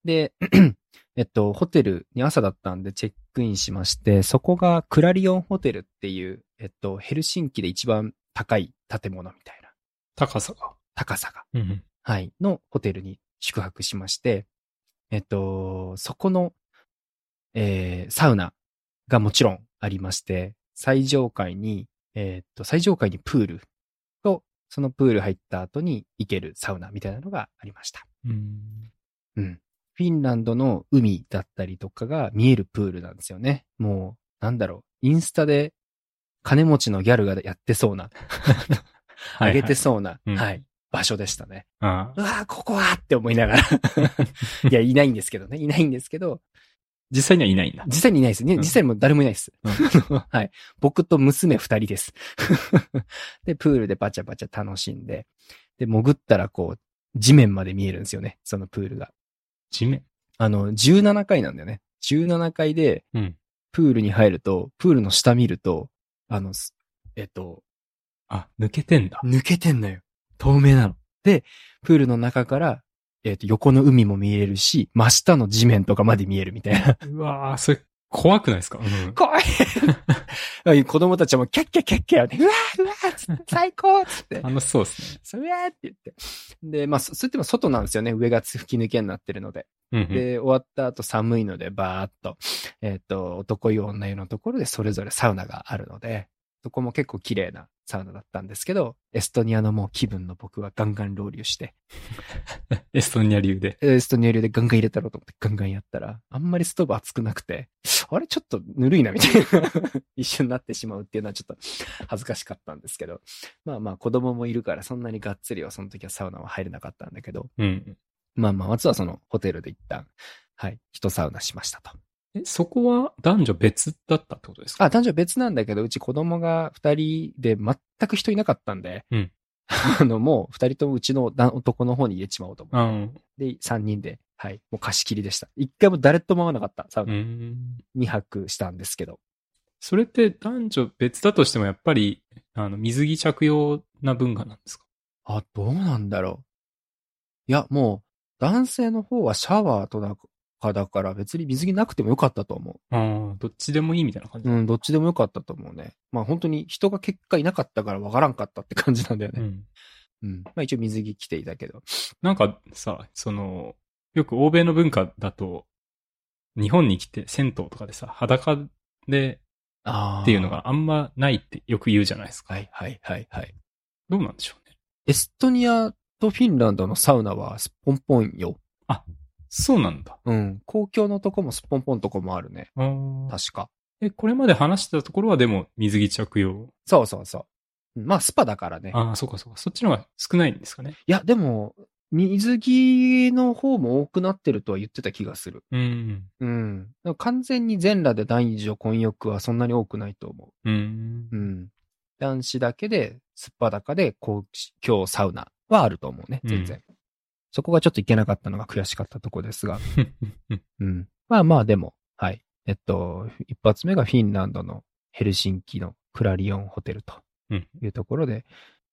で、 えっと、ホテルに朝だったんでチェックインしまして、そこがクラリオンホテルっていう、えっと、ヘルシンキで一番高い建物みたいな高さが。高さが、うんうん。はい、のホテルに宿泊しまして、えっと、そこの、えーサウナがもちろんありまして、最上階に、えーっと、最上階にプールと、そのプール入った後に行けるサウナみたいなのがありました。うん。うん。フィンランドの海だったりとかが見えるプールなんですよね。もう、なんだろう。インスタで金持ちのギャルがやってそうな、いは上いげてそうな、うんはい、場所でしたね。あうわーここはって思いな がら。いや、いないんですけどね。いないんですけど、実際にはいないんだ実際にいないです。ねうん実際もう誰もいないです。うん はい。僕と娘二人です。 で、プールでバチャバチャ楽しんで、で、潜ったらこう、地面まで見えるんですよね。そのプールが。地面。あの、17階なんだよね。17階で、うんプールに入ると、プールの下見ると、あの、すえっと、あ、抜けてんだ。抜けてんのよ。透明なの。で、プールの中から、えっ、と、横の海も見えるし、真下の地面とかまで見えるみたいな。うわぁ、それ怖くないですかうん。怖い 子供たちはもうキャッキャキャッキャやって、うわーうわーつって最高っつって、楽しそうですね。そううわーって言って。で、まあ、そそれっても外なんですよね。上が吹き抜けになってるので。うんうん。で、終わった後寒いので、バーっと、えっ、と、男湯女湯のところでそれぞれサウナがあるので、そこも結構綺麗なサウナだったんですけど、エストニアのもう気分の僕はガンガン浪流して、エストニア流で。エストニア流でガンガン入れたろうと思ってガンガンやったら、あんまりストーブ熱くなくて、あれちょっとぬるいなみたいな、 一緒になってしまうっていうのはちょっと恥ずかしかったんですけど、まあまあ子供もいるからそんなにがっつりはその時はサウナは入れなかったんだけど、うん。まあまあ、まずはそのホテルで一旦、はい、一サウナしましたと。え、そこは男女別だったってことですかあ、男女別なんだけど、うち子供が二人で全く人いなかったんで、うんあの、もう二人ともうちの男男の方に入れちまおうと思あって。で、三人で、はい、もう貸し切りでした。一回も誰とも会わなかった。サウうナん。二泊したんですけど。それって男女別だとしてもやっぱり、あの、水着着用な文化なんですかあ、どうなんだろいや、もう、男性の方はシャワーとかだから別に水着なくてもよかったと思ああ、どっちでもいいみたいな感じ。う。うん、どっちでもよかったと思うね。まあ本当に人が結果いなかったからわからんかったって感じなんだようね。ん。うん。まあ一応水着着ていたけど。なんかさ、その、よく欧米の文化だと、日本に来て銭湯とかでさ、裸であっていうの。があんまないってよく言うじゃないですか。はいはいはいはい。どうなんでしょうね。エストニアとフィンランドのサウナはすっぽんぽんよ。そうなんだ。うん。公共のとこもすっぽんぽんとこもあるね。あー確か。え、これまで話してたところはでも水着着用。そうそうそう。うんまあスパだからね。ああ、そうかそうか。そっちの方が少ないんですかね。いや、でも、水着の方も多くなってるとは言ってた気がする。うん。うん。完全に全裸で男女混浴はそんなに多くないと思うんう。。うん。男子だけで、すっぱだかで、公共サウナはあると思うね、全然。そこがちょっといけなかったのが悔しかったとこですが。うん。まあまあ、でも、はい。えっと、一発目がフィンランドのヘルシンキのクラリオンホテルとうんいうところで、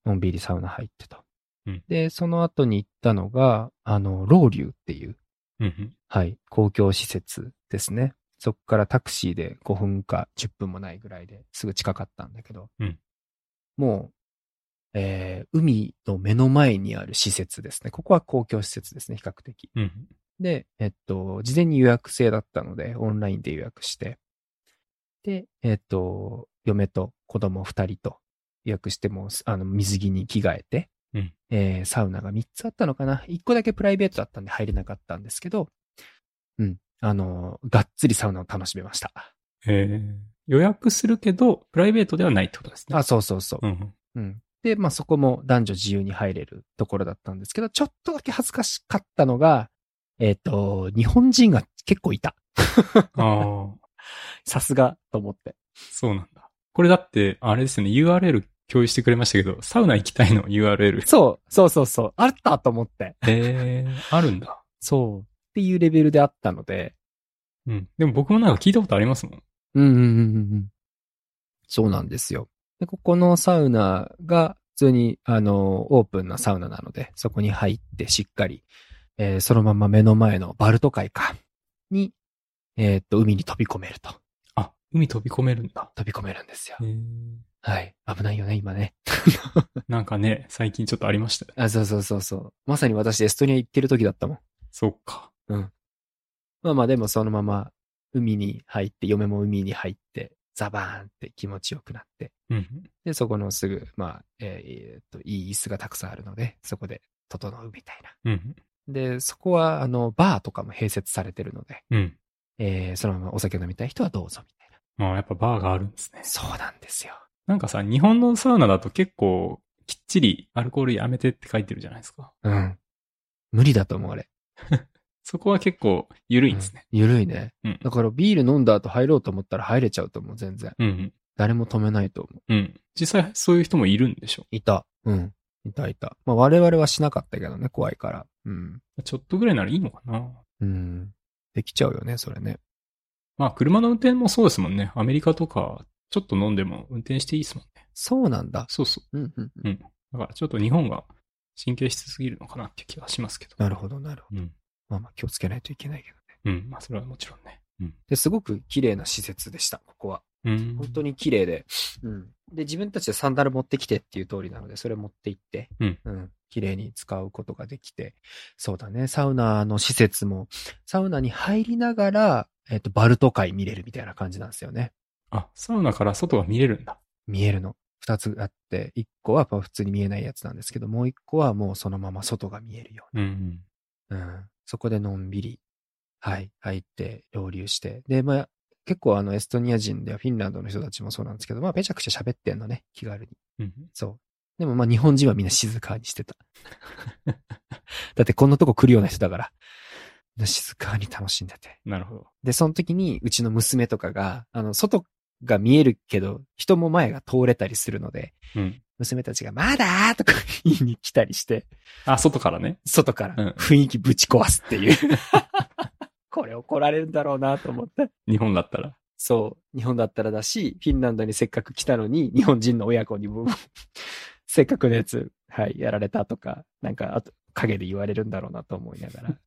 のんびりサウナ入ってと。うんで、その後に行ったのが、あの、ロウリュウっていう、うん。はい、公共施設ですね。そこからタクシーで5分か10分もないぐらいですぐ近かったんだけど、うんもう、えー海の目の前にある施設ですね。ここは公共施設ですね、比較的。うん。で、えっと、事前に予約制だったので、オンラインで予約して、で、えっと、嫁と子供2人と予約してもう、あの、水着に着替えて、うんえーサウナが3つあったのかな。1個だけプライベートだったんで入れなかったんですけど、うん、あの、がっつりサウナを楽しめました。えー予約するけど、プライベートではないってことですね。あ、そうそうそう。うん。うん。で、まあそこも男女自由に入れるところだったんですけど、ちょっとだけ恥ずかしかったのが、えっ、と、日本人が結構いた。ああ、さすがと思って。そうなんだ。これだって、あれですよね、URL 共有してくれましたけど、サウナ行きたいの URL。そう、そうそうそう。あったと思って。ええあるんだ。そう。っていうレベルであったので。うん。でも僕もなんか聞いたことありますもん。うんうんうんうんうん。そうなんですよ。で、ここのサウナが普通に、あの、オープンなサウナなので、そこに入ってしっかり、えーそのまま目の前のバルト海か、に、えーっと、海に飛び込めると。あ、海飛び込めるんだ。飛び込めるんですよえ。ーはい。危ないよね、今ね。 なんかね、最近ちょっとありましたよね。あ、そうそうそうそう。まさに私、エストニア行ってる時だったもん。そっか。まあまあでもそのまま海に入って、嫁も海に入って、ザバーンって気持ちよくなって。うん。で、そこのすぐ、まあ、えーえーっと、いい椅子がたくさんあるので、そこで整うみたいな。うん。で、そこは、あの、バーとかも併設されてるので、うん。えーそのままお酒飲みたい人はどうぞみたいな。まあやっぱバーがあるんですね。そうなんですよ。なんかさ、日本のサウナだと結構、きっちりアルコールやめてって書いてるじゃないですか。うん。無理だと思う、あれ。そこは結構緩いんですね。うん。ゆるいね。うんだからビール飲んだ後入ろうと思ったら入れちゃうと思う、全然。うん。誰も止めないと思う。うん。実際そういう人もいるんでしょいた。うん。いたいた。まあ我々はしなかったけどね、怖いから。うん。ちょっとぐらいならいいのかなうん。できちゃうよね、それね。まあ、車の運転もそうですもんね。アメリカとか、ちょっと飲んでも運転していいですもんね。そうなんだ。そうそうんうんうう。うん。ん。だからちょっと日本が神経質すぎるのかなっていう気がしますけど。なるほど、なるほど。うん。まあまあ気をつけないといけないけどね。うん。まあ、それはもちろんね。うん。で、すごく綺麗な施設でした、ここは。うん。本当に綺麗で。うん。で、自分たちでサンダル持ってきてっていう通りなので、それ持って行って、うん。綺麗に使うことができて。そうだね、サウナの施設も、サウナに入りながら、えっと、バルト海見れるみたいな感じなんですよね。あ、サウナから外が見れるんだ。見えるの。二つあって、一個はまあ普通に見えないやつなんですけど、もう一個はもうそのまま外が見えるようん。うな。うん。そこでのんびり、はい、入って、浪流して。で、まあ、結構あの、エストニア人ではフィンランドの人たちもそうなんですけど、まあ、めちゃくちゃ喋ってんのね、気軽に。うん。そう。でもまあ、日本人はみんな静かにしてた。だってこんなとこ来るような人だから。静かに楽しんでて。なるほど。で、その時に、うちの娘とかが、あの、外が見えるけど、人も前が通れたりするので、うん。娘たちが、まだーとか言いに来たりして、あ、外からね。外かうんら雰囲気ぶち壊すっ ていう。これ怒られるんだろうなと思って。日本だったら。そう。日本だったらだし、フィンランドにせっかく来たのに、日 本人の親子にも、せっかくのやつ、はい、やられたとか、なんか、あと、陰で言われるんだろうなと思いながら。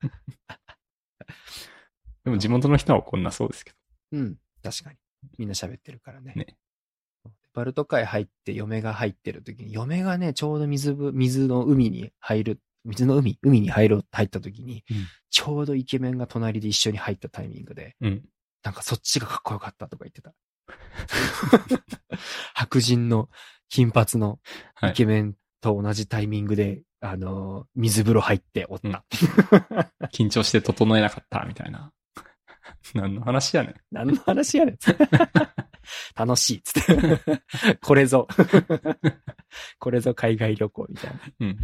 でも地元の人はこんなそうですけうん、確かに。みんな喋ってるからね。ねバルト海入って、嫁が入ってる時に、嫁がね、ちょうど水ぶ、水の海に入る、水の海、海に入ろう、入った時に、うんちょうどイケメンが隣で一緒に入ったタイミングで、ど。うん。なんかそっちがかっこよかったとか言ってた。 白人の金髪のはイい。ケメンと同じタイミングで、あのー、水風呂入っておった。緊張して整えなかった、みたいな。 何の話やねん。 何の話やねん。 楽しいっつって。 これぞ。 これぞ海外旅行みたいな。うん。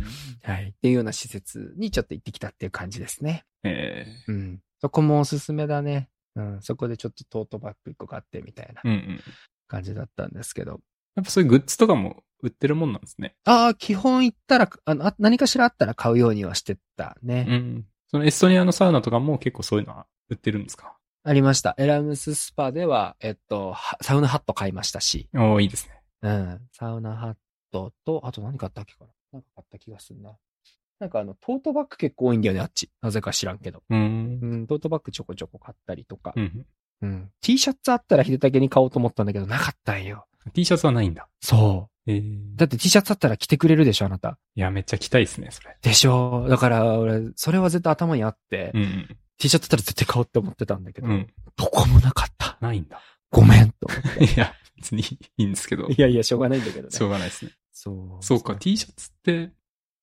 はい。っていうような施設にちょっと行ってきたっていう感じですね。えうん。そこもおすすめだね。うん。そこでちょっとトートバッグ一個買ってみたいなーうんうん。感じだったんですけど。やっぱそういうグッズとかも売ってるもんなんですね。ああ、基本行ったら、あの、あ何かしらあったら買うようにはしてたうね。ん。そのエストニアのサウナとかも結構そういうのは売ってるんですかありました。エラムススパでは、えっと、はサウナハット買いましたし。おおいいですね。うん。サウナハットと、あと何買ったっけかななんか買った気がするな。なんかあの、トートバッグ結構多いんだよね、あっち。なぜか知らんけど。うーん。うん、トートバッグちょこちょこ買ったりとかう。ん。うん。T シャツあったら秀武に買おうと思ったんだけど、なかったんよ。 T シャツはないんだ。そえーう。だって T シャツあったら着てくれるでしょ、あなた。いや、めっちゃ着たいですね、それ。でしょだから、俺、それは絶対頭にあって、うん T シャツあったら絶対買おうって思ってたんだけうど、ん。うん。どこもなかった。ないんだ。ごめん、と思っ いや、別にいいんですけど て。。いやいや、しょうがないんだけどね。しょうがないですね。そう。そうか、T シャツって、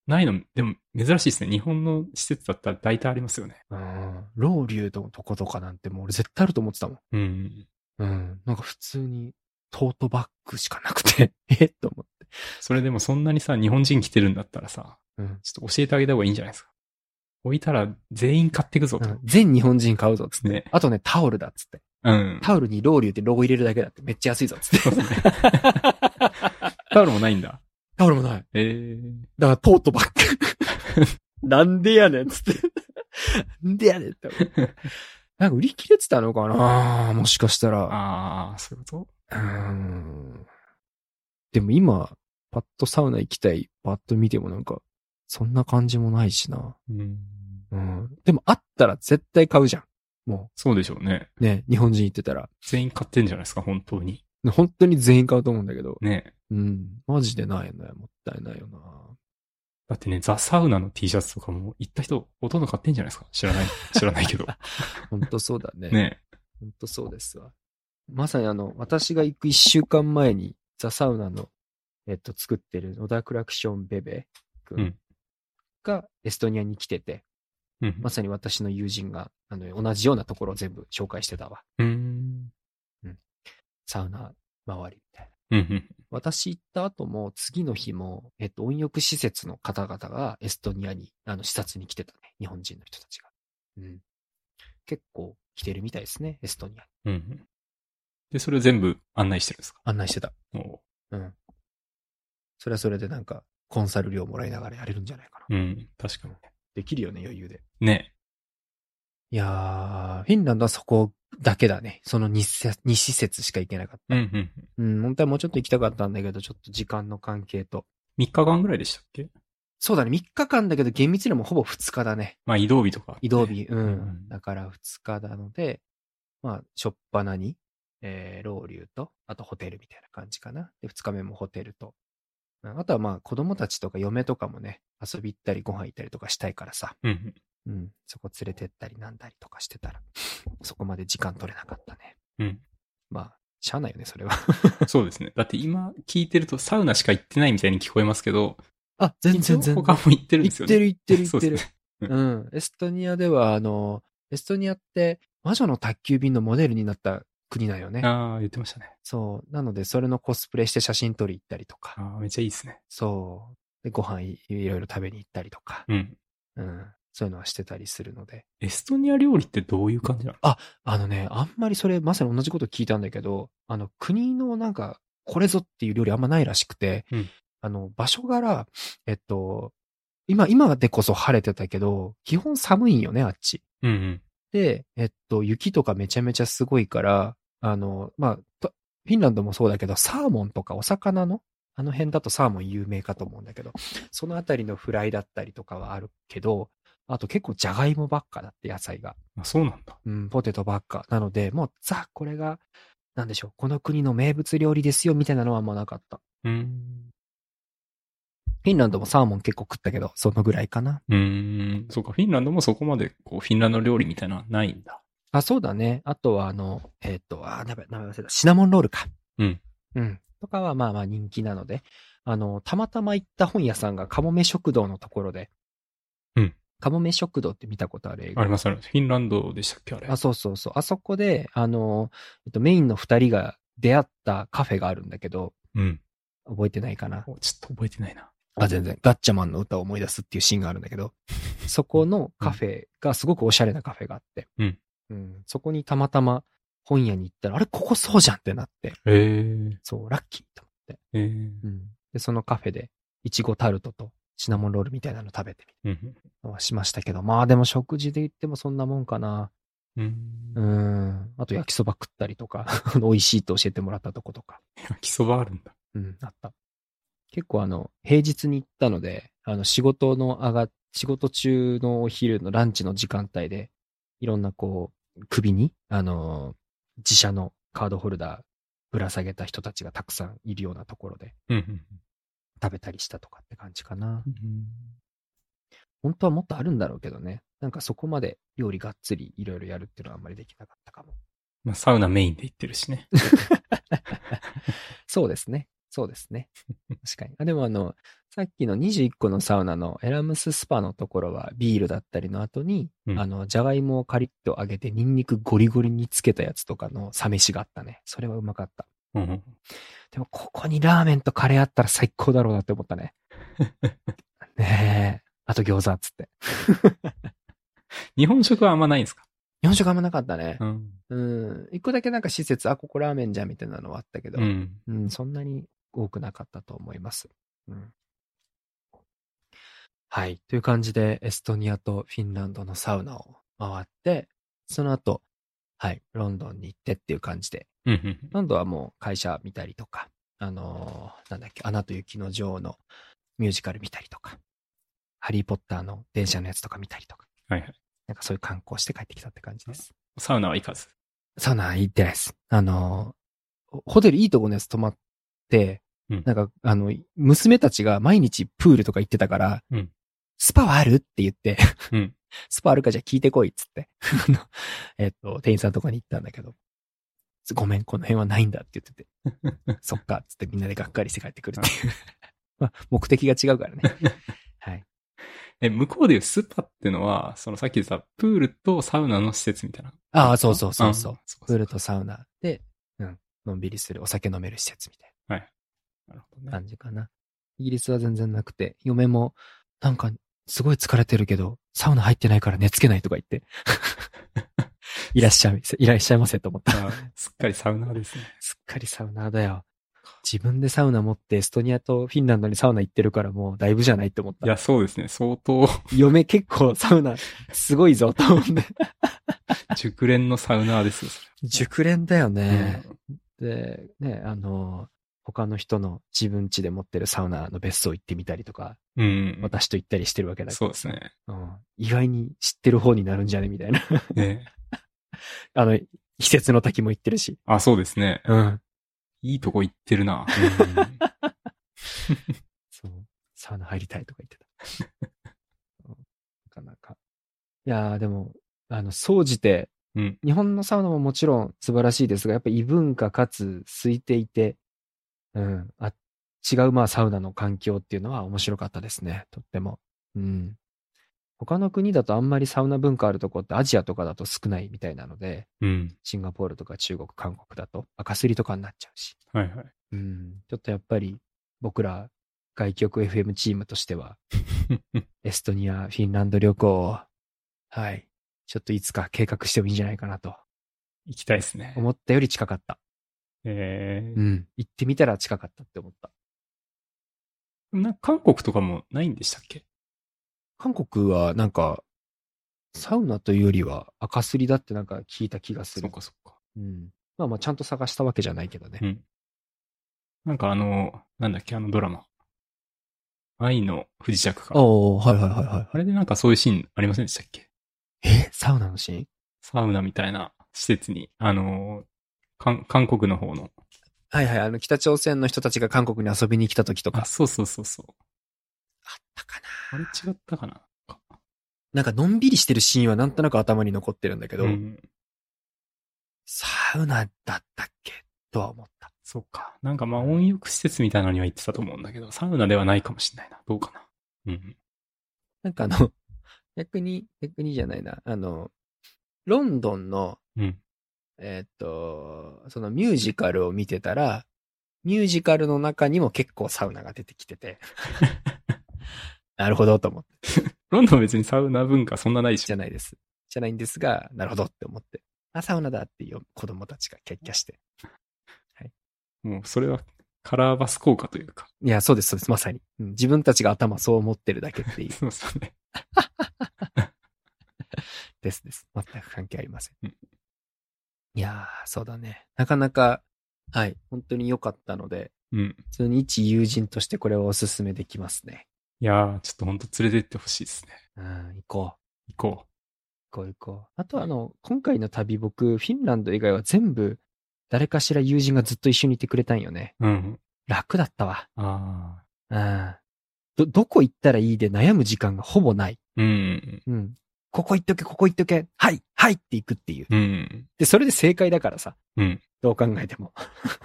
ないの、でも珍しいですね。日本の施設だったら大体ありますよね。うん。ロウリュウのとことかなんてもう俺絶対あると思ってたもん。うん。うん。なんか普通にトートバッグしかなくて、 えっと思って。それでもそんなにさ、日本人来てるんだったらさ、うんちょっと教えてあげた方がいいんじゃないですか。置いたら全員買ってくぞと。うん全日本人買うぞっつって。ね。あとね、タオルだっつって。うん。タオルにロウリュウってロゴ入れるだけだってめっちゃ安いぞっつって。タオルもないんだ。タオルもない。ええだからトートバッグ。 なんでやねんっつって。 なんでやねんって思 う。なんか売り切れてたのかなもしかしたら。ああ、そういうこうーんでも今、パッとサウナ行きたい、パッと見てもなんか、そんな感じもないしな。とうん。うん。でもあったら絶対買うじゃん。もそうでしょうね。う、ね、日本人行ってたら。全員買ってんじゃないですか、本当に。本当に全員買うと思うんだけど。ね。うん。マジでないのよ。もったいないよな。だってね、ザ・サウナの T シャツとかも行った人ほとんど買ってんじゃないですか。知ら ない、知らないけど。本当そうだね。ね。本当そうですわ。まさにあの、私が行く一週間前に、ザ・サウナの、えっと、作ってる野田クラクション・ベベ君がエストニアに来てて、うん。まさに私の友人が、あの、同じようなところを全部紹介してたわ。うん。サウナ周りみたいな。うんうん。私行った後も、次の日も、えっと、温浴施設の方々がエストニアに、あの、視察に来てたね。日本人の人たちが。うん。結構来てるみたいですね、エストニアうに。んうん。で、それを全部案内してるんですか案内してた。おううん。それはそれでなんか、コンサル料もらいながらやれるんじゃないかな。うん。確かに。できるよね、余裕で。ね。いやー、フィンランドはそこだけだね。その 2, 2施設しか行けなかった。うんうん。うん、本当はもうちょっと行きたかったんだけど、ちょっと時間の関係と。 3日間ぐらいでしたっけそうだね、3日間だけど厳密にはもうほぼ2日だね。まあ移動日とか。移動日、うん。うんだから2日なので、まあ、しょっぱなに、えー、ロウリュウと、あとホテルみたいな感じかな。で、2日目もホテルと。うんあとはまあ、子供たちとか嫁とかもね、遊び行ったりご飯行ったりとかしたいからさ、うんうん。うん。そこ連れてったりなんだりとかしてたら、そこまで時間取れなかったね。うん。まあ、しゃあないよね、それは。そうですね。だって今聞いてるとサウナしか行ってないみたいに聞こえますけど、あ、全然全然。他も行ってるんで行すよっね。てる行ってる行そうってでるす。ね。うん。エストニアでは、あの、エストニアって魔女の宅急便のモデルになった国なんよね。ああ、言ってましたね。そう。なので、それのコスプレして写真撮り行ったりとか、ああ、めっちゃいいですね。そう。で、ご飯いいろいろ食べに行ったりとか、うん。うん。そういうのはしてたりするので。エストニア料理ってどういう感じなのあのね、あんまりそれ、まさに同じこと聞いたんだけど、あの、国のなんか、これぞっていう料理あんまないらしくて、うんあの、場所柄、えっと、今、今でこそ晴れてたけど、基本寒いんよね、あっち。うんうん。で、えっと、雪とかめちゃめちゃすごいから、あの、まあ、とフィンランドもそうだけど、サーモンとかお魚のあの辺だとサーモン有名かと思うんだけど、そのあたりのフライだったりとかはあるけど、あと結構ジャガイモばっかだって野菜が。あ、そうなんだ。うん、ポテトばっか。なので、もうザ、これが、なんでしょう、この国の名物料理ですよ、みたいなのはもうなかった。うーん。フィンランドもサーモン結構食ったけど、そのぐらいかな。うーん。そうか、フィンランドもそこまで、こう、フィンランド料理みたいなのはないんだ。あ、そうだね。あとは、あの、えっ、と、あ、名前名前忘れた。シナモンロールか。うん。うん。とかは、まあまあ人気なので、あの、たまたま行った本屋さんがカモメ食堂のところで、うん。カモメ食堂って見たことある映画ありますあります。フィンランドでしたっけ、あれ。あ、そうそうそう。あそこで、あの、えっと、メインの二人が出会ったカフェがあるんだけど、うん。覚えてないかな。おちょっと覚えてないな。あ、全然。ガッチャマンの歌を思い出すっていうシーンがあるんだけ ど、そこのカフェがすごくおしゃれなカフェがあって、うんうんそこにたまたま本屋に行ったら、あれ、ここそうじゃんってなって、えー、そう、ラッキーと思って。えー。うんで、そのカフェで、いちごタルトとシナモンロールみたいなの食べてみうん。たのはしましたけど、まあでも食事で言ってもそんなもんかな。うんう。ん。あと焼きそば食ったりとか、 あの美味しいと教えてもらったとことか。焼きそばあるんだ。うん、あった。結構あの、平日に行ったので、あの、仕事の上が、仕事中のお昼のランチの時間帯で、いろんなこう、首に、あの、自社のカードホルダーぶら下げた人たちがたくさんいるようなところでうん。食べたりしたとかって感じかなう。ん本当はもっとあるんだろうけどね。なんかそこまで料理がっつりいろいろやるっていうのはあんまりできなかったかも。まあ、サウナメインで行ってるしね。そうですね。そうですね。確かに。あでもあの、さっきの21個のサウナのエラムススパのところはビールだったりの後に、うんあの、じゃがいもをカリッと揚げてニンニクゴリゴリにつけたやつとかのサ飯があったね。それはうまかった。うん。でもここにラーメンとカレーあったら最高だろうなって思っ たね。ねえ。あと餃子っつって。日本食はあんまないんですか日本食あんまなかったねう。ん。うん。一個だけなんか施設、あ、ここラーメンじゃんみたいなのはあったけど、うん。うん、そんなに多くなかったと思います。うん。はい。という感じで、エストニアとフィンランドのサウナを回って、その後、はい、ロンドンに行ってっていう感じで、うんうん。ロンドンはもう会社見たりとか、あのーなんだっけ、アナと雪の女王のミュージカル見たりとか、ハリーポッターの電車のやつとか見たりとか、はいはい。なんかそういう観光して帰ってきたって感じです。サウナは行かず。サウナ行ってないです。あの、ホテルいいとこのやつ泊まって、うんなんか、あの、娘たちが毎日プールとか行ってたから、うんスパはあるって言って、 うんスパあるかじゃあ聞いてこいっつって、あのえっと、店員さんとかに行ったんだけど、ごめん、この辺はないんだって 言ってて、そっかっつってみんなでがっかりして帰ってくるっていう。 まあ、目的が違う からね。はい。え、向こうでいうスパってのは、そのさっき言ってたプールとサウナの施設みたいな。ああ、そうそうそうそう。んそプーうルとサウナで、うん、のんびりする、お酒飲める施設みたいな。なるほどね。感じかな。イギリスは全然なくて、嫁も、なんか、すごい疲れてるけど、サウナ入ってないから寝つけないとか言って。 いらっしゃい、いらっしゃいませと思った。あすっかりサウナーですね。すっかりサウナーだよ。自分でサウナ持って、エストニアとフィンランドにサウナ行ってるからもう だいぶじゃないって思っいた。や、そうですね。相当嫁結構サウナすごいぞと思って。熟練のサウナーですよ、そ熟練だよれ。ね。で、ね、あの、他の人の自分家で持ってるサウナの別荘行ってみたりとか、うん。うんうん私と行ったりしてるわけだけどそうですね。うん意外に知ってる方になるんじゃねみたいな。 ねあの、季節の滝も行ってるし。あ、そうですね。うん。いいとこ行ってるな。そう。サウナ入りたいとか言ってた。うんなかなか。いやー、でも、あの、総じて、うん日本のサウナももちろん素晴らしいですが、やっぱ異文化かつ空いていて、うん。あ、違う、まあ、サウナの環境っていうのは面白かったですね。とっても。うん。他の国だとあんまりサウナ文化あるとこってアジアとかだと少ないみたいなので、うん。シンガポールとか中国、韓国だと赤すりとかになっちゃうし。はいはい。うん。ちょっとやっぱり僕ら外局 FM チームとしては、エストニア、フィンランド旅行を、はい。ちょっといつか計画してもいいんじゃないかなと。 行きたいですね。思ったより近かった。えうん。行ってみたら近かったって思った。ー、な韓国とかもないんでしたっけ韓国はなんか、サウナというよりは赤すりだってなんか聞いた気がそすっ。るかそっか。うん。まあまあちゃんと探したわけじゃないけどね。うん。なんかあの、なんだっけ、あのドラマ。愛の不時着か。おー、はいはいはいはあれでなんかそういうシーンありませんでしたっけい。えサウナのシーンサウナみたいな施設に、あのー、韓韓国の方の。はいはい、あの、北朝鮮の人たちが韓国に遊びに来た時とか。あ、そうそうそうそう。たかあれ違ったかなな。なんか、のんびりしてるシーンはなんとなく頭に残ってるんだけど、うん。サウナだったっけとは思った。そうか。なんかまあ温浴施設みたいなのには行ってたと思うんだけど、サウナではないかもしれないな。どうかな。うん。なんかあの、 逆に、逆にじゃないな。あの、ロンドンの、うん。えーっと、そのミュージカルを見てたら、ミュージカルの中にも結構サウナが出てきて て、なるほどと思って、ロンドン別にサウナ文化そんなないじし。ゃないです。じゃないんですが、なるほどって思って、あ、サウナだっていう子供たちがキャッキャして。もうそれはカラーバス効果というか。いや、そうです、そうです、まさに。うん自分たちが頭そう思ってるだけっていう、そうそうね。ですです。 全く関係ありませんうん。いやー、そうだね。なかなか、はい、本当に良かったので、うん。普通に一友人としてこれをおすすめできますね。いやー、ちょっとほんと連れてってほしいですね。うん、行こう。行こ行こう行こう。あとあの、今回の旅僕、フィンランド以外は全部、誰かしら友人がずっと一緒にいてくれたんよね。う。うん。楽だったわ。あうん。ど、どこ行ったらいいで悩む時間がほぼない。ー。うん。うん。ここ行っとけ、ここ行っとけ。はい、はいって行くっていう。うん。で、それで正解だからさ。うん。どう考えても。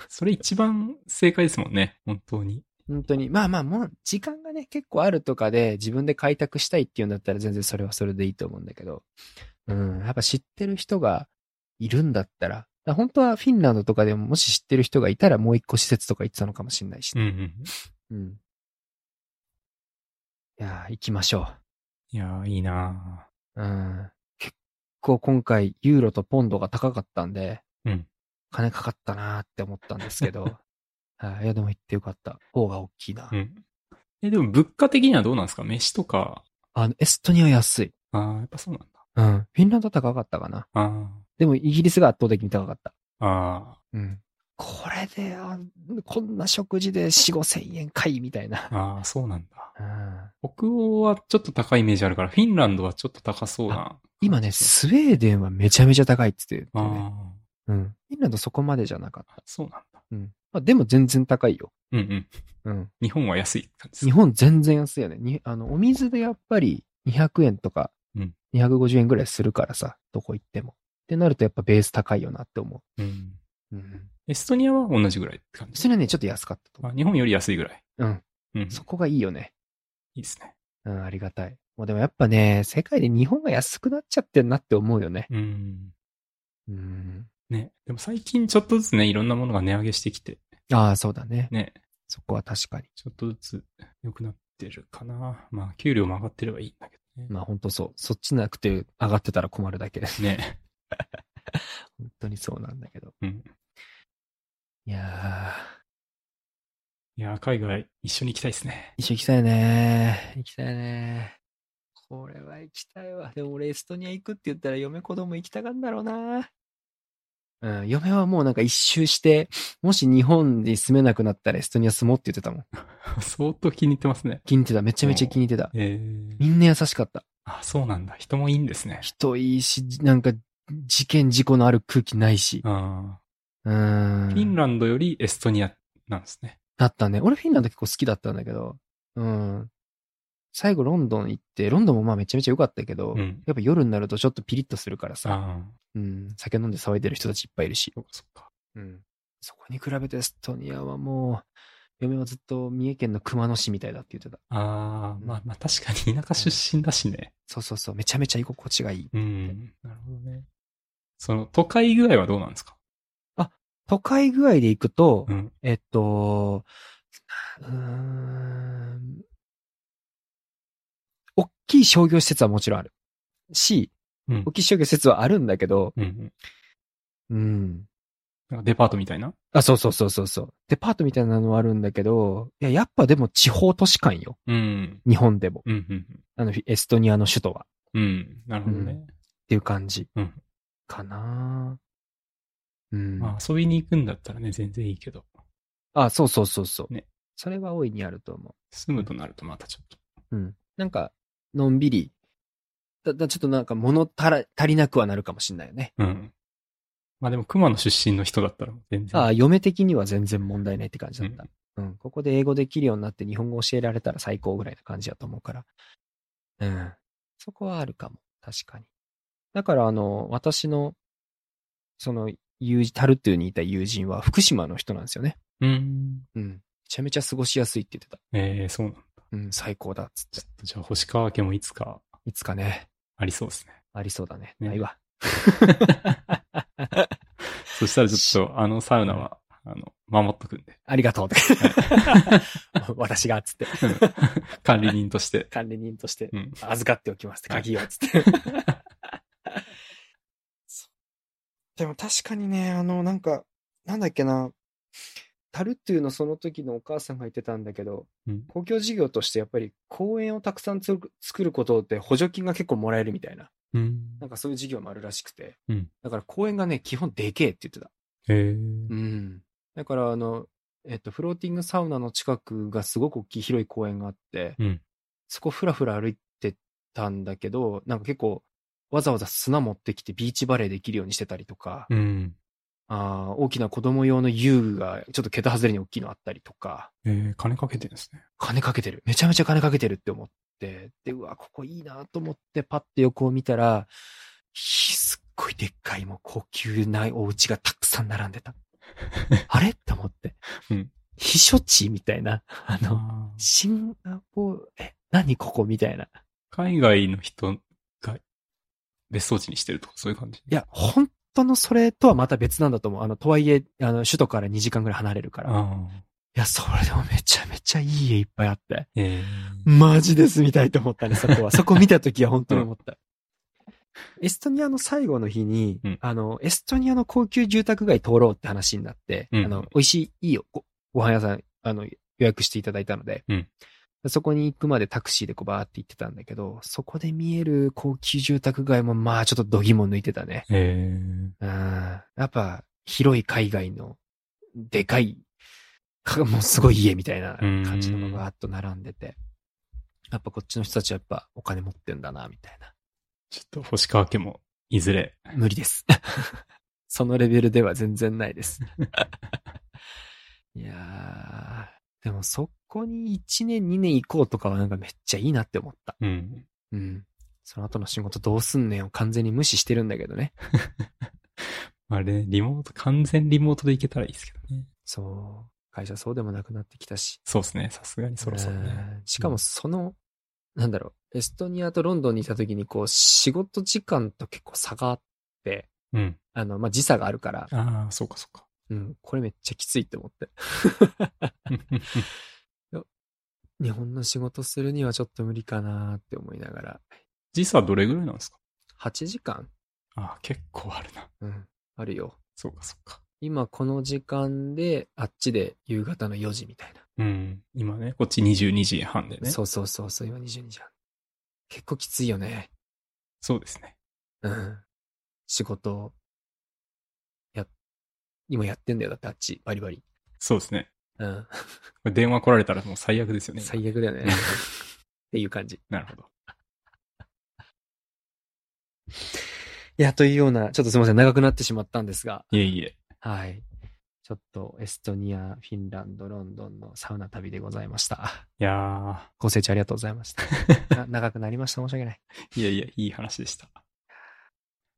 それ一番正解ですもんね。本当に。本当に。まあまあ、もう、時間がね、結構あるとかで、自分で開拓したいっていうんだったら、全然それはそれでいいと思うんだけど、うん、やっぱ知ってる人がいるんだったら、だから本当はフィンランドとかでも、もし知ってる人がいたら、もう一個施設とか行ってたのかもしれないし、うんうん。うん。いやー、行きましょいやー、いいなう。うん。結構今回、ユーロとポンドが高かったんで、ー。うん。金かかったなーって思ったんで すけど、はい、いや、でも行ってよかった。方が大きいな。うん。え、でも物価的にはどうなんですか飯とか。あの、エストニア安い。あー、やっぱそうなんだ。うん。フィンランド高かったかな。あでもイギリスが圧倒的に高かった。ー。あうん。これで、あこんな食事で4、5千円かいみたいなー。。あー、そうなんだ。うん、北欧はちょっと高いイメージあるから、フィンランドはちょっと高そうな。今ね、スウェーデンはめちゃめちゃ高いって言ってたあよね。ー。うん。フィンランドそこまでじゃなかった。そうなんだ。うん。まあ、でも全然高いよ。うんうん。うん。日本は安い感じです日本全然安いよね。にあの、お水でやっぱり200円とかうん、 250円ぐらいするからさ、どこ行っても。ってなるとやっぱベース高いよなって思うん。う。うん。エストニアは同じぐらいって感じ。それはね、ちょっと安かったと思あ日本より安いぐらい。う。うん。うん。そこがいいよね。いいですね。うん、ありがたい。もうでもやっぱね、世界で日本が安くなっちゃってんなって思うよね。うん。うん。ね。でも最近ちょっとずつね、いろんなものが値上げしてきて、ああ、そうだね。ね。そこは確かに。ちょっとずつ良くなってるかな。まあ、給料も上がってればいいんだけどね。まあ本当そう。そっちなくて上がってたら困るだけ。ね。本当にそうなんだけど。うん。いやいやー、海外一緒に行きたいですね。 ー、一緒行きたいね。行きたいね。これは行きたいわ。でも俺エストニア行くって言ったら嫁子供行きたがんだろうな。うん、嫁はもうなんか一周して、もし日本に住めなくなったらエストニア住もうって言ってたもん。相当気に入ってますね。気に入ってた。めちゃめちゃ気に入ってた。えー、みんな優しかった。あ、そうなんだ。人もいいんですね。人いいし、なんか、事件事故のある空気ないし。あうーーん。フィンランドよりエストニアなんですね。だったね。俺フィンランド結構好きだったんだけど、うん。最後ロンドン行って、ロンドンもまあめちゃめちゃ良かったけど、うん。やっぱ夜になるとちょっとピリッとするからさ、ああ、うん。酒飲んで騒いでる人たちいっぱいいるし。そっかそっか。うん。そこに比べてエストニアはもう、嫁はずっと三重県の熊野市みたいだって言ってた。ああ、まあまあ確かに田舎出身だしね。そうそうそう。めちゃめちゃ居心地がいい。うん。なるほどね。その、都会具合はどうなんですか都会具合で行くと、うん。えっと、うーん。大きい商業施設はもちろんある。し、うん大。きい商業施設はあるんだけど、うん。うん。なんかデパートみたいなあ、そうそうそうそうそう。デパートみたいなのはあるんだけど、いや、やっぱでも地方都市間よ。うん。日本でも。うん。うん。あの、エストニアの首都は。っうん。なるほどね。ていう感じうん。かなうん。まあ遊びに行くんだったらね、全然いいけど。あ、そうそうそうそう。ねそれは大いにあると思住むとなるとまたちょっと。う。うん。なんか、のんびり。だ、だ、ちょっとなんか物足ら足りなくはなるかもしんないよね。うん。まあでも、熊野出身の人だったら全然。ああ、嫁的には全然問題ないって感じうだんった。うん。ここで英語できるようになって日本語教えられたら最高ぐらいな感じだと思うから。うん。そこはあるかも。確かに。だから、あの、私の、その、友人、タルトゥーにいた友人は福島の人なんですよね。うん。うん。めちゃめちゃ過ごしやすいって言ってた。ええー、そうなんだ。うん、最高だ。つってちょっとじゃあ、星川家もいつかいつかね、ありそうですね。ありそうだね。ねな いわ。そしたらちょっと、あのサウナは、あの、守っとくんで。ありがとう。 私が、つって。管理人として。管理人としてうん。預かっておきますって、はい鍵を、つって。でも確かにね、あの、なんか、なんだっけな、タルトゥーのその時のお母さんが言ってたんだけど、うん公共事業としてやっぱり公園をたくさんつく作ることって補助金が結構もらえるみたいな、うんなんかそういう事業もあるらしくて、うんだから公園がね、基本でけえって言ってた。ええうん。だから、あの、えっと、フローティングサウナの近くがすごく大きい広い公園があって、うんそこふらふら歩いてたんだけど、なんか結構、わざわざ砂持ってきてビーチバレーできるようにしてたりとか、うん。あー大きな子供用の遊具がちょっと桁外れに大きいのあったりとか、えー、金かけてるんですね。金かけてる。めちゃめちゃ金かけてるって思って、で、うわ、ここいいなと思って、パッて横を見たら、ひすっごいでっかい、もう高級なお家がたくさん並 んでた。あれと思って。うん避暑地みたいな。あの、あーシンガポール、え、何ここみたいな。い海外の人が別装置にしてるとか、そういう感じ。や、本当のそれとはまた別なんだと思う。あの、とはいえ、あの、首都から2時間ぐらい離れるから。いああ。や、それでもめちゃめちゃいい家いっぱいあって。えマジで住みたいと思 ったね、そこは。そこ見たときは本当に思った。エストニアの最後の日に、うんあの、エストニアの高級住宅街通ろうって話になって、うんあの、美味しい、いいよ、ご、ご飯屋さん、あの、予約していただいたので、うんそこに行くまでタクシーでこうバーって行ってたんだけど、そこで見える高級住宅街もまあちょっと度肝抜いてたね。ええーうん。やっぱ、広い海外の、でかい、か もうすごい家みたいな感じののがガーッと並んでて。やっぱこっちの人たちはやっぱお金持ってんだな、みたいな。ちょっと星川家も、いずれ。無理です。 そのレベルでは全然ないです。いやー、でもそこに1年2年行こうとかはなんかめっちゃいいなって思った。うん。うん。その後の仕事どうすんねんを完全に無視してるんだけどね。あれ、リモート、完全リモートでいけたらいいですけどね。そう。会社そうでもなくなってきたし。そうですね。さすがにそろそろね。うんしかもその、なんだろう、エストニアとロンドンにいた時に、こう、仕事時間と結構差があって、うん。あの、まあ、時差があるから、ああ、そうかそうか。 うん、これめっちゃきついって思って。日本の仕事するにはちょっと無理かなって思いながら、時差どれぐらいなんですか8時間ああ、結構あるな。うん、あるよ。そうかそうか。今この時間で、あっちで夕方の4時みたいな。うん。今ね、こっち22時半でね。そうそうそうそう、今22時半。結構きついよね。そうですね。うん。仕事を、や、今やってんだよ。だってあっち、バリバリ。そうですね。うん。これ電話来られたらもう最悪ですよね。最悪だよね。 うんっていう感じ。なるほど。いや、というような、ちょっとすみません。長くなってしまったんですが、いえいえ。はい。ちょっとエストニア、フィンランド、ロンドンのサウナ旅でございま した。いやご清聴ありがとうございました。な長くなりました。申し訳ない。ー、いやいや、いい話でした。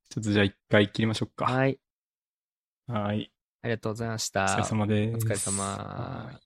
ちょっとじゃあ一回切りましょうか。はい。はい。ありがとうございましおた。疲れ様です。お疲れ様はい